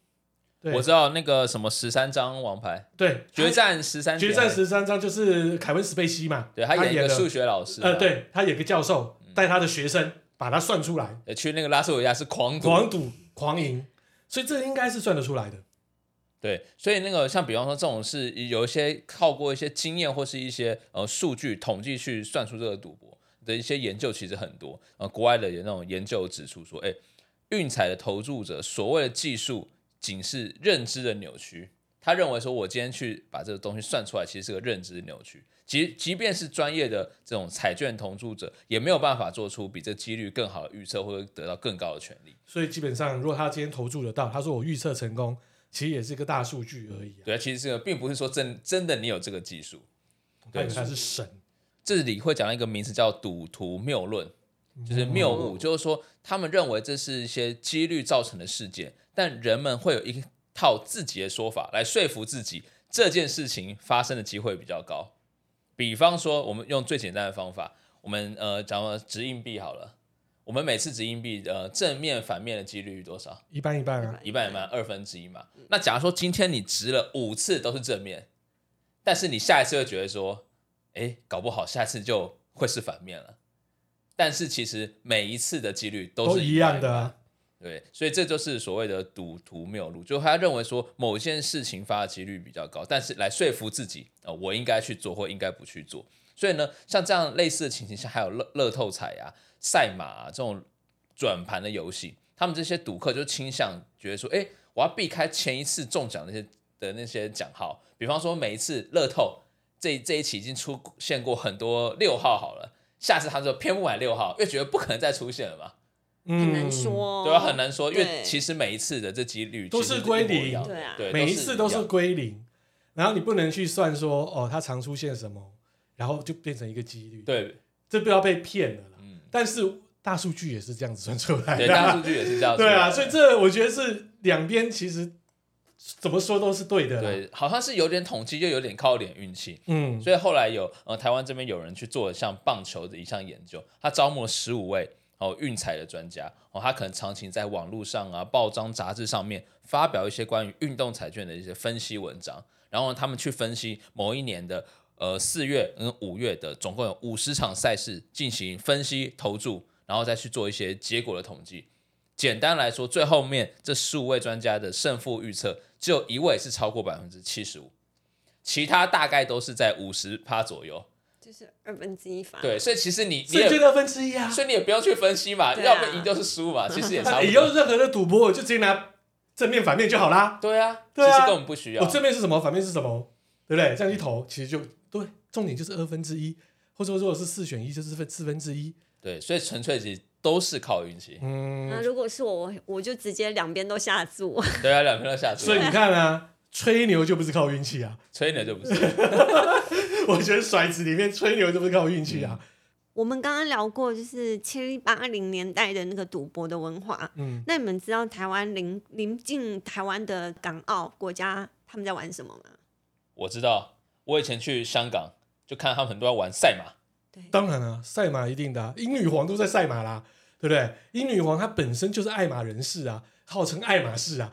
A: 对，
B: 我知道那个什么十三张王牌
A: 对
B: 决战十三
A: 他决战十三章就是凯文史贝西嘛，
B: 对他演一个
A: 了
B: 数学嗯老师啊嘛，
A: 呃，对他演个教授带他的学生把它算出来，
B: 呃，去那个拉斯维加斯狂赌，
A: 狂赌狂赢，所以这应该是算得出来的。
B: 对，所以那个像比方说这种是有一些靠过一些经验或是一些呃数据统计去算出这个赌博的一些研究，其实很多呃国外的有那种研究指出说，哎，运彩的投注者所谓的技术仅是认知的扭曲，他认为说我今天去把这个东西算出来，其实是个认知扭曲。即即便是专业的这种彩券投注者，也没有办法做出比这几率更好的预测，或者得到更高的权利。
A: 所以基本上，如果他今天投注得到，他说我预测成功，其实也是一个大数据而已、啊。
B: 对啊，其实这个并不是说真真的你有这个技术，
A: 他以
B: 对
A: 为他是神，
B: 这里会讲到一个名词叫赌徒谬论，就是谬误，就是说他们认为这是一些几率造成的事件，但人们会有一套自己的说法来说服自己这件事情发生的机会比较高。比方说，我们用最简单的方法，我们呃，讲到掷硬币好了，我们每次掷硬币，呃，正面反面的几率多少？
A: 一般一般啊。
B: 一半一半，二分之一嘛。那假如说今天你值了五次都是正面，但是你下一次会觉得说，哎，搞不好下次就会是反面了。但是其实每一次的几率都
A: 都
B: 是
A: 一
B: 半
A: 样的啊，
B: 对，所以这就是所谓的赌徒谬路，就他认为说某件事情发的几率比较高，但是来说服自己，呃，我应该去做或应该不去做。所以呢，像这样类似的情形下，还有乐乐透彩啊、赛马啊这种转盘的游戏，他们这些赌客就倾向觉得说，哎，我要避开前一次中奖那些的那些奖号，比方说每一次乐透这这一期已经出现过很多六号好了，下次他就偏不买六号，因为觉得不可能再出现了嘛。
A: 嗯
C: 很难。说，哦
B: 对啊，很难说，因为
C: 对
B: 其实每一次的这几率
A: 都
B: 其实
A: 是
B: 一
A: 归
B: 模一
A: 零
B: 样的
C: 对啊
B: 对，
A: 每一次都
B: 一
A: 是
B: 样
A: 归零，然后你不能去算说哦，它常出现什么，然后就变成一个几率。，
B: 对
A: 这不要被骗了啦。
B: 嗯
A: 但是大数据也是这样子算出来
B: 对，
A: 的
B: 大
A: 啊。
B: 数据也是这样子的。
A: 对啊，所以这我觉得是两边其实怎么说都是对的。，
B: 对好像是有点统计，又有点靠点运气。
A: 嗯，
B: 所以后来有呃，台湾这边有人去做了像棒球的一项研究，他招募了十五位哦运彩的专家哦，他可能长期在网络上啊、报章、杂志上面发表一些关于运动彩券的一些分析文章，然后他们去分析某一年的呃四月跟五月的总共有五十场赛事进行分析投注，然后再去做一些结果的统计。简单来说，最后面这十五位专家的胜负预测，只有一位是超过百分之七十五，其他大概都是在五十趴左右。
C: 就是二分之一法。
B: 对，所以其实你你
A: 所以
B: 也
A: 就二分之一啊。
B: 所以你也不用去分析嘛，
C: 对啊
B: 要不赢就是输 嘛，其实也差
A: 那
B: 不
A: 你要
B: 多。
A: 是任何的赌博，我就直接拿正面反面就好啦。
B: 对啊，
A: 对啊
B: 其实根本不需要。
A: 我正面是什么，反面是什么，对不对？这样一投，其实就对。重点就是二分之一，或者说如果是四选一，就是分四分之一。
B: 对，所以纯粹其实都是靠运气。
A: 嗯，
C: 那如果是我，我我就直接两边都下注。
B: 对啊，两边都下注
A: 所以，你看啊，吹牛就不是靠运气啊。
B: 吹牛就不是。
A: 我觉得骰子里面吹牛就不是靠运气啊。
C: 我们刚刚聊过，就是七八零年代的那个赌博的文化。
A: 嗯，
C: 那你们知道台湾邻邻近台湾的港澳国家他们在玩什么吗？
B: 我知道，我以前去香港就看他们很多人玩赛马，
C: 对，
A: 当然了、赛马一定的、啊，英女皇都在赛马啦，对不对？英女皇她本身就是爱马人士啊，号称爱马仕啊。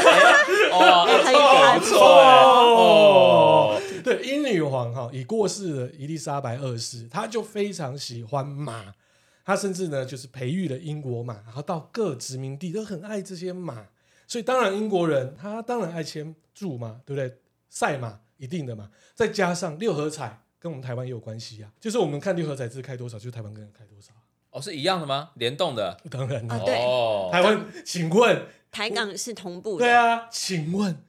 B: 哦，
C: 那很有
B: 哎不
C: 趣
B: 错哎哦，
A: 对，英女皇哈已过世的伊丽莎白二世，她就非常喜欢马，她甚至呢就是培育了英国马，然后到各殖民地都很爱这些马，所以当然英国人他当然爱牵注嘛，对不对？赛马一定的嘛，再加上六合彩跟我们台湾也有关系啊，就是我们看六合彩是开多少，就是台湾跟人开多少，啊
B: 哦是一样的吗？联动的
A: 当然了、
C: 啊对
B: 哦，
A: 台湾，请问
C: 台港是同步的。
A: 对，啊，请问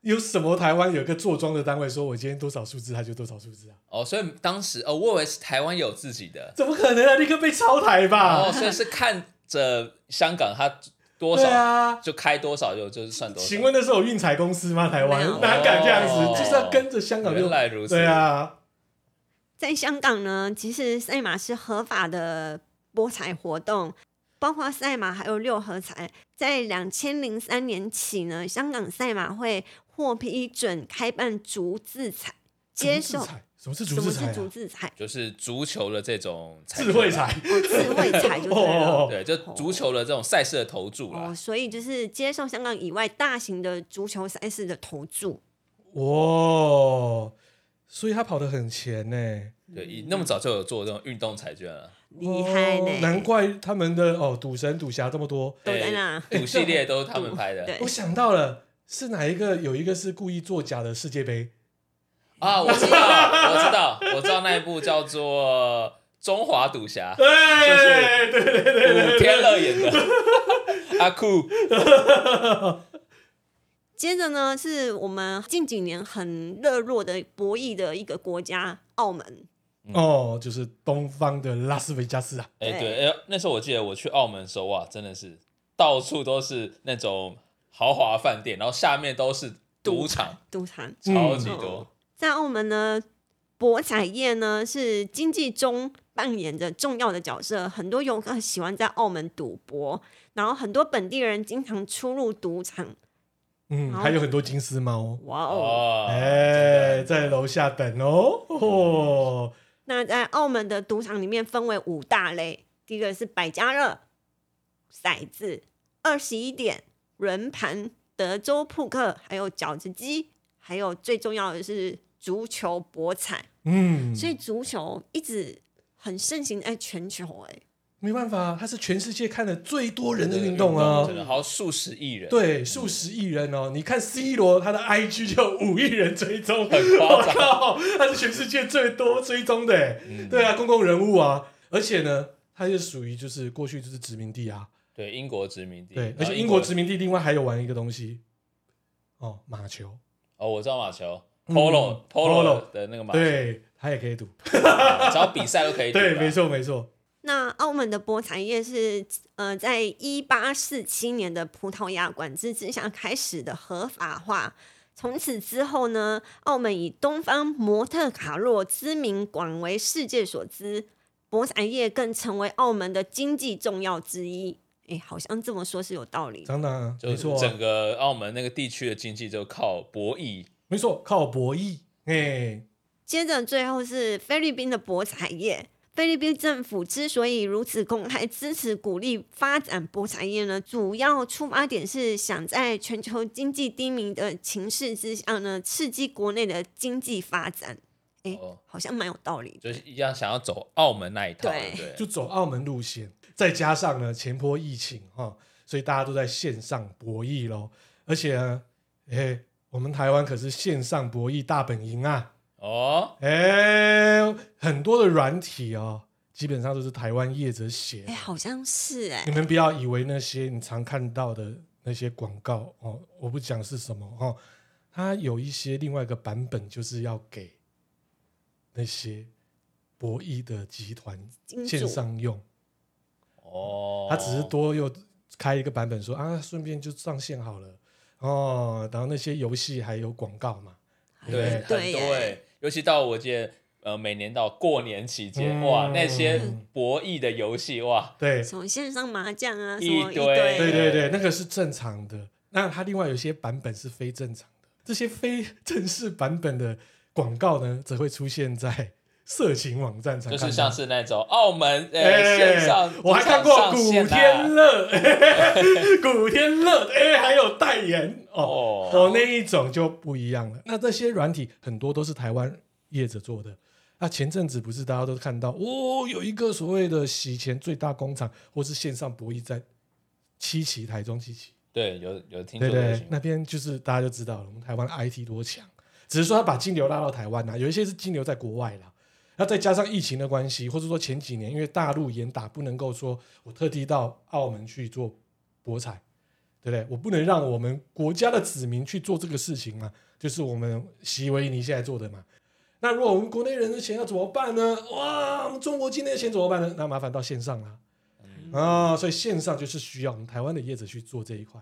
A: 有什么台湾有个坐庄的单位说我今天多少数字，他就多少数字啊？
B: 哦，所以当时哦，我以为是台湾有自己的，
A: 怎么可能啊？立刻被抄台吧？
B: 哦，所以是看着香港它多
A: 啊对
B: 少
A: 啊。
B: 就开多少，就就是算多少。
A: 请问那是有运彩公司吗？台湾
C: 没有
A: 哪敢这样子？
B: 哦
A: 就是要跟着香港
B: 原
A: 就
B: 来如此，
A: 对，啊，
C: 在香港呢，其实赛马是合法的博彩活动，包括赛马还有六合彩。在两千零三年起呢，香港赛马会获批准开办竹字彩，接受
A: 什么是竹
C: 什么
A: 子彩
C: 是
A: 啊？
C: 竹字彩？
B: 就是足球的这种彩
A: 智慧彩，
C: 哦，智慧彩就对了。
A: 哦，
B: 对，就足球的这种赛事的投注啦
C: 哦，。所以就是接受香港以外大型的足球赛事的投注，
A: 哇，所以他跑得很前呢，
B: 对，一那么早就有做这种运动彩券了，
C: 厉害
A: 哦难
C: 呢，
A: 怪他们的哦赌神赌侠这么多。
C: 都
B: 哎
C: 在那。
B: 赌系列都是他们拍的
C: 对
A: 我想到了，是哪一个？有一个是故意作假的世界杯，
B: 啊！我知道，我知道，我知道那一部叫做《中华赌侠》，
A: 对对对对
B: 古天乐演的 阿酷，
C: 接着呢，是我们近几年很热络的博弈的一个国家——澳门。
B: 嗯
A: 哦，就是东方的拉斯维加斯啊，
B: 哎
C: 对
B: 对，哎那时候我记得我去澳门的时候，哇，真的是到处都是那种豪华饭店，然后下面都是赌场，
C: 赌场
A: 嗯
B: 超级多。
C: 在澳门呢，博彩业呢是经济中扮演着重要的角色，很多游客喜欢在澳门赌博，然后很多本地人经常出入赌场。
A: 嗯，
C: 好
A: 还有很多金丝猫，
C: 哇哦！
B: 哦，
A: 哎，
B: 真的
A: 在楼下等哦。哦，
C: 那在澳门的赌场里面分为五大类，第一个是百家乐、骰子、二十一点、轮盘、德州扑克，还有饺子机，还有最重要的是足球博彩。
A: 嗯，
C: 所以足球一直很盛行在全球、哎，
A: 没办法，啊它是全世界看的最多人的
B: 真的
A: 运动啊
B: 真。的好数十亿人，
A: 对，数十亿人哦！你看 C 罗，他的 IG 就有五亿人追踪，
B: 很夸
A: 我
B: 张嗯
A: 靠，他是全世界最多追踪的耶，对啊，公共人物啊，而且呢，他是属于就是过去就是殖民地啊，
B: 对英国殖民地，
A: 对，而
B: 嗯然后
A: 且英国殖民地另外还有玩一个东西，哦，马球，
B: 哦，我知道马球
A: 嗯
B: ，polo
A: polo
B: polo 的那个马球，
A: 对，他也可以赌，
B: 只要比赛都可以。
A: 对，没。错没错，
C: 那澳门的博彩业是呃，在一八四七年的葡萄牙管制之下开始的合法化。从此之后呢，澳门以东方摩特卡洛之名广为世界所知，博彩业更成为澳门的经济重要之一。哎，好像这么说是有道理的。
A: 当然啊
B: 就
A: 没错啊，
B: 整个澳门那个地区的经济就靠博弈，
A: 没错，靠博弈，哎，
C: 接着最后是菲律宾的博彩业。菲律宾政府之所以如此公开支持鼓励发展博彩业呢，主要出发点是想在全球经济低迷的情势之下呢，刺激国内的经济发展。哎、
B: 哦
C: 好像蛮有道理的。
B: 就是一样想要走澳门那一套，对
C: 对
B: 不对？
A: 哎就走澳门路线，再加上呢前波疫情哈、所以大家都在线上博弈喽。而且呢，哎、我们台湾可是线上博弈大本营啊，
B: 哦，
A: 哎、很多的软体哦，基本上都是台湾业者写的
C: 哎、。好像是哎、
A: 你们不要以为那些你常看到的那些广告哦，我不讲是什么哦，它有一些另外一个版本，就是要给那些博弈的集团
C: 金主
A: 线上用，
B: 哦，
A: 它只是多又开一个版本说啊，顺便就上线好了哦。然后那些游戏还有广告嘛，
B: 对很多
C: 对耶
B: 欸尤其到我记得呃，每年到过年期间，
A: 嗯
B: 哇，那些博弈的游戏，哇，
A: 对
C: 什么线上麻将啊，
B: 一
C: 什么一
B: 堆
C: 堆
A: 对对对，那个是正常的。那它另外有些版本是非正常的，这些非正式版本的广告呢，则会出现在色情网站上，
B: 就是像是那种澳门呃、
A: 哎
B: 线上，
A: 我还看过
B: 上
A: 古
B: 线啊啦
A: 天乐，古天乐，哎、还有代言哦
B: 哦
A: 哦，那一种就不一样了。那这些软体很多都是台湾业者做的。那前阵子不是大家都看到哦，有一个所谓的洗钱最大工厂或是线上博弈在七期台中七期，
B: 对，有有听说
A: 对
B: 这个
A: 对
B: 新，闻
A: 那边就是大家就知道了，我们台湾 IT 多强，只是说他把金流拉到台湾啦、有一些是金流在国外啦。那再加上疫情的关系，或者说前几年因为大陆严打，不能够说我特地到澳门去做博彩，对不对？我不能让我们国家的子民去做这个事情嘛，就是我们席维尼现在做的嘛。那如果我们国内人的钱要怎么办呢？哇，我们中国境内的钱怎么办呢？那麻烦到线上啦。
B: 嗯
A: 啊、所以线上就是需要我们台湾的业者去做这一块。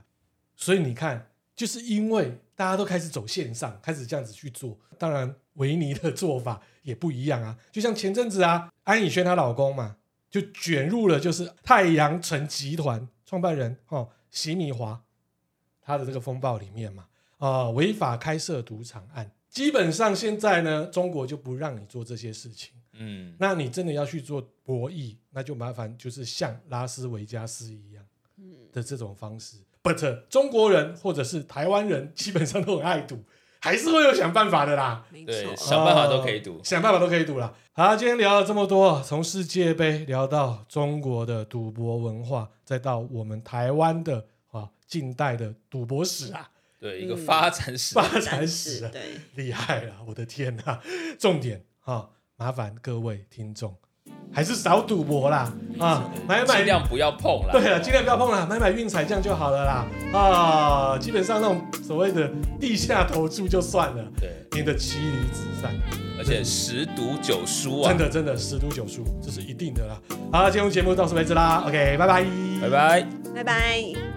A: 所以你看，就是因为大家都开始走线上，开始这样子去做，当然维尼的做法也不一样啊。就像前阵子啊，安以轩她老公嘛，就卷入了就是太阳城集团创办人哦席米华他的这个风暴里面嘛，啊、违法开设赌场案。基本上现在呢，中国就不让你做这些事情。
B: 嗯，
A: 那你真的要去做博弈，那就麻烦就是像拉斯维加斯一样
C: 嗯
A: 的这种方式。But 呃中国人或者是台湾人基本上都很爱赌，还是会有想办法的啦，
C: 没
B: 对，
C: 错。
B: 想办法都可以赌
A: 哦，想办法都可以赌啦。好，今天聊了这么多，从世界杯聊到中国的赌博文化，再到我们台湾的啊近代的赌博史 啊，
B: 对，一个
C: 嗯
B: 发展史，
A: 发展
C: 但
A: 史
C: 是
A: 啊，
C: 对，
A: 厉害了，我的天呐！重点啊、麻烦各位听众还是少赌博啦啊，买买
B: 尽量不要碰啦。
A: 对啊了，尽量不要碰啦，买买运彩酱就好了啦啊！基本上那种所谓的地下投注就算了，
B: 对，
A: 你的妻离子散，
B: 而且十赌九输啊，
A: 真，的真的十赌九输，这是一定的啦。好，今天节目到此为止啦，OK，拜拜，
B: 拜拜。
C: 拜拜。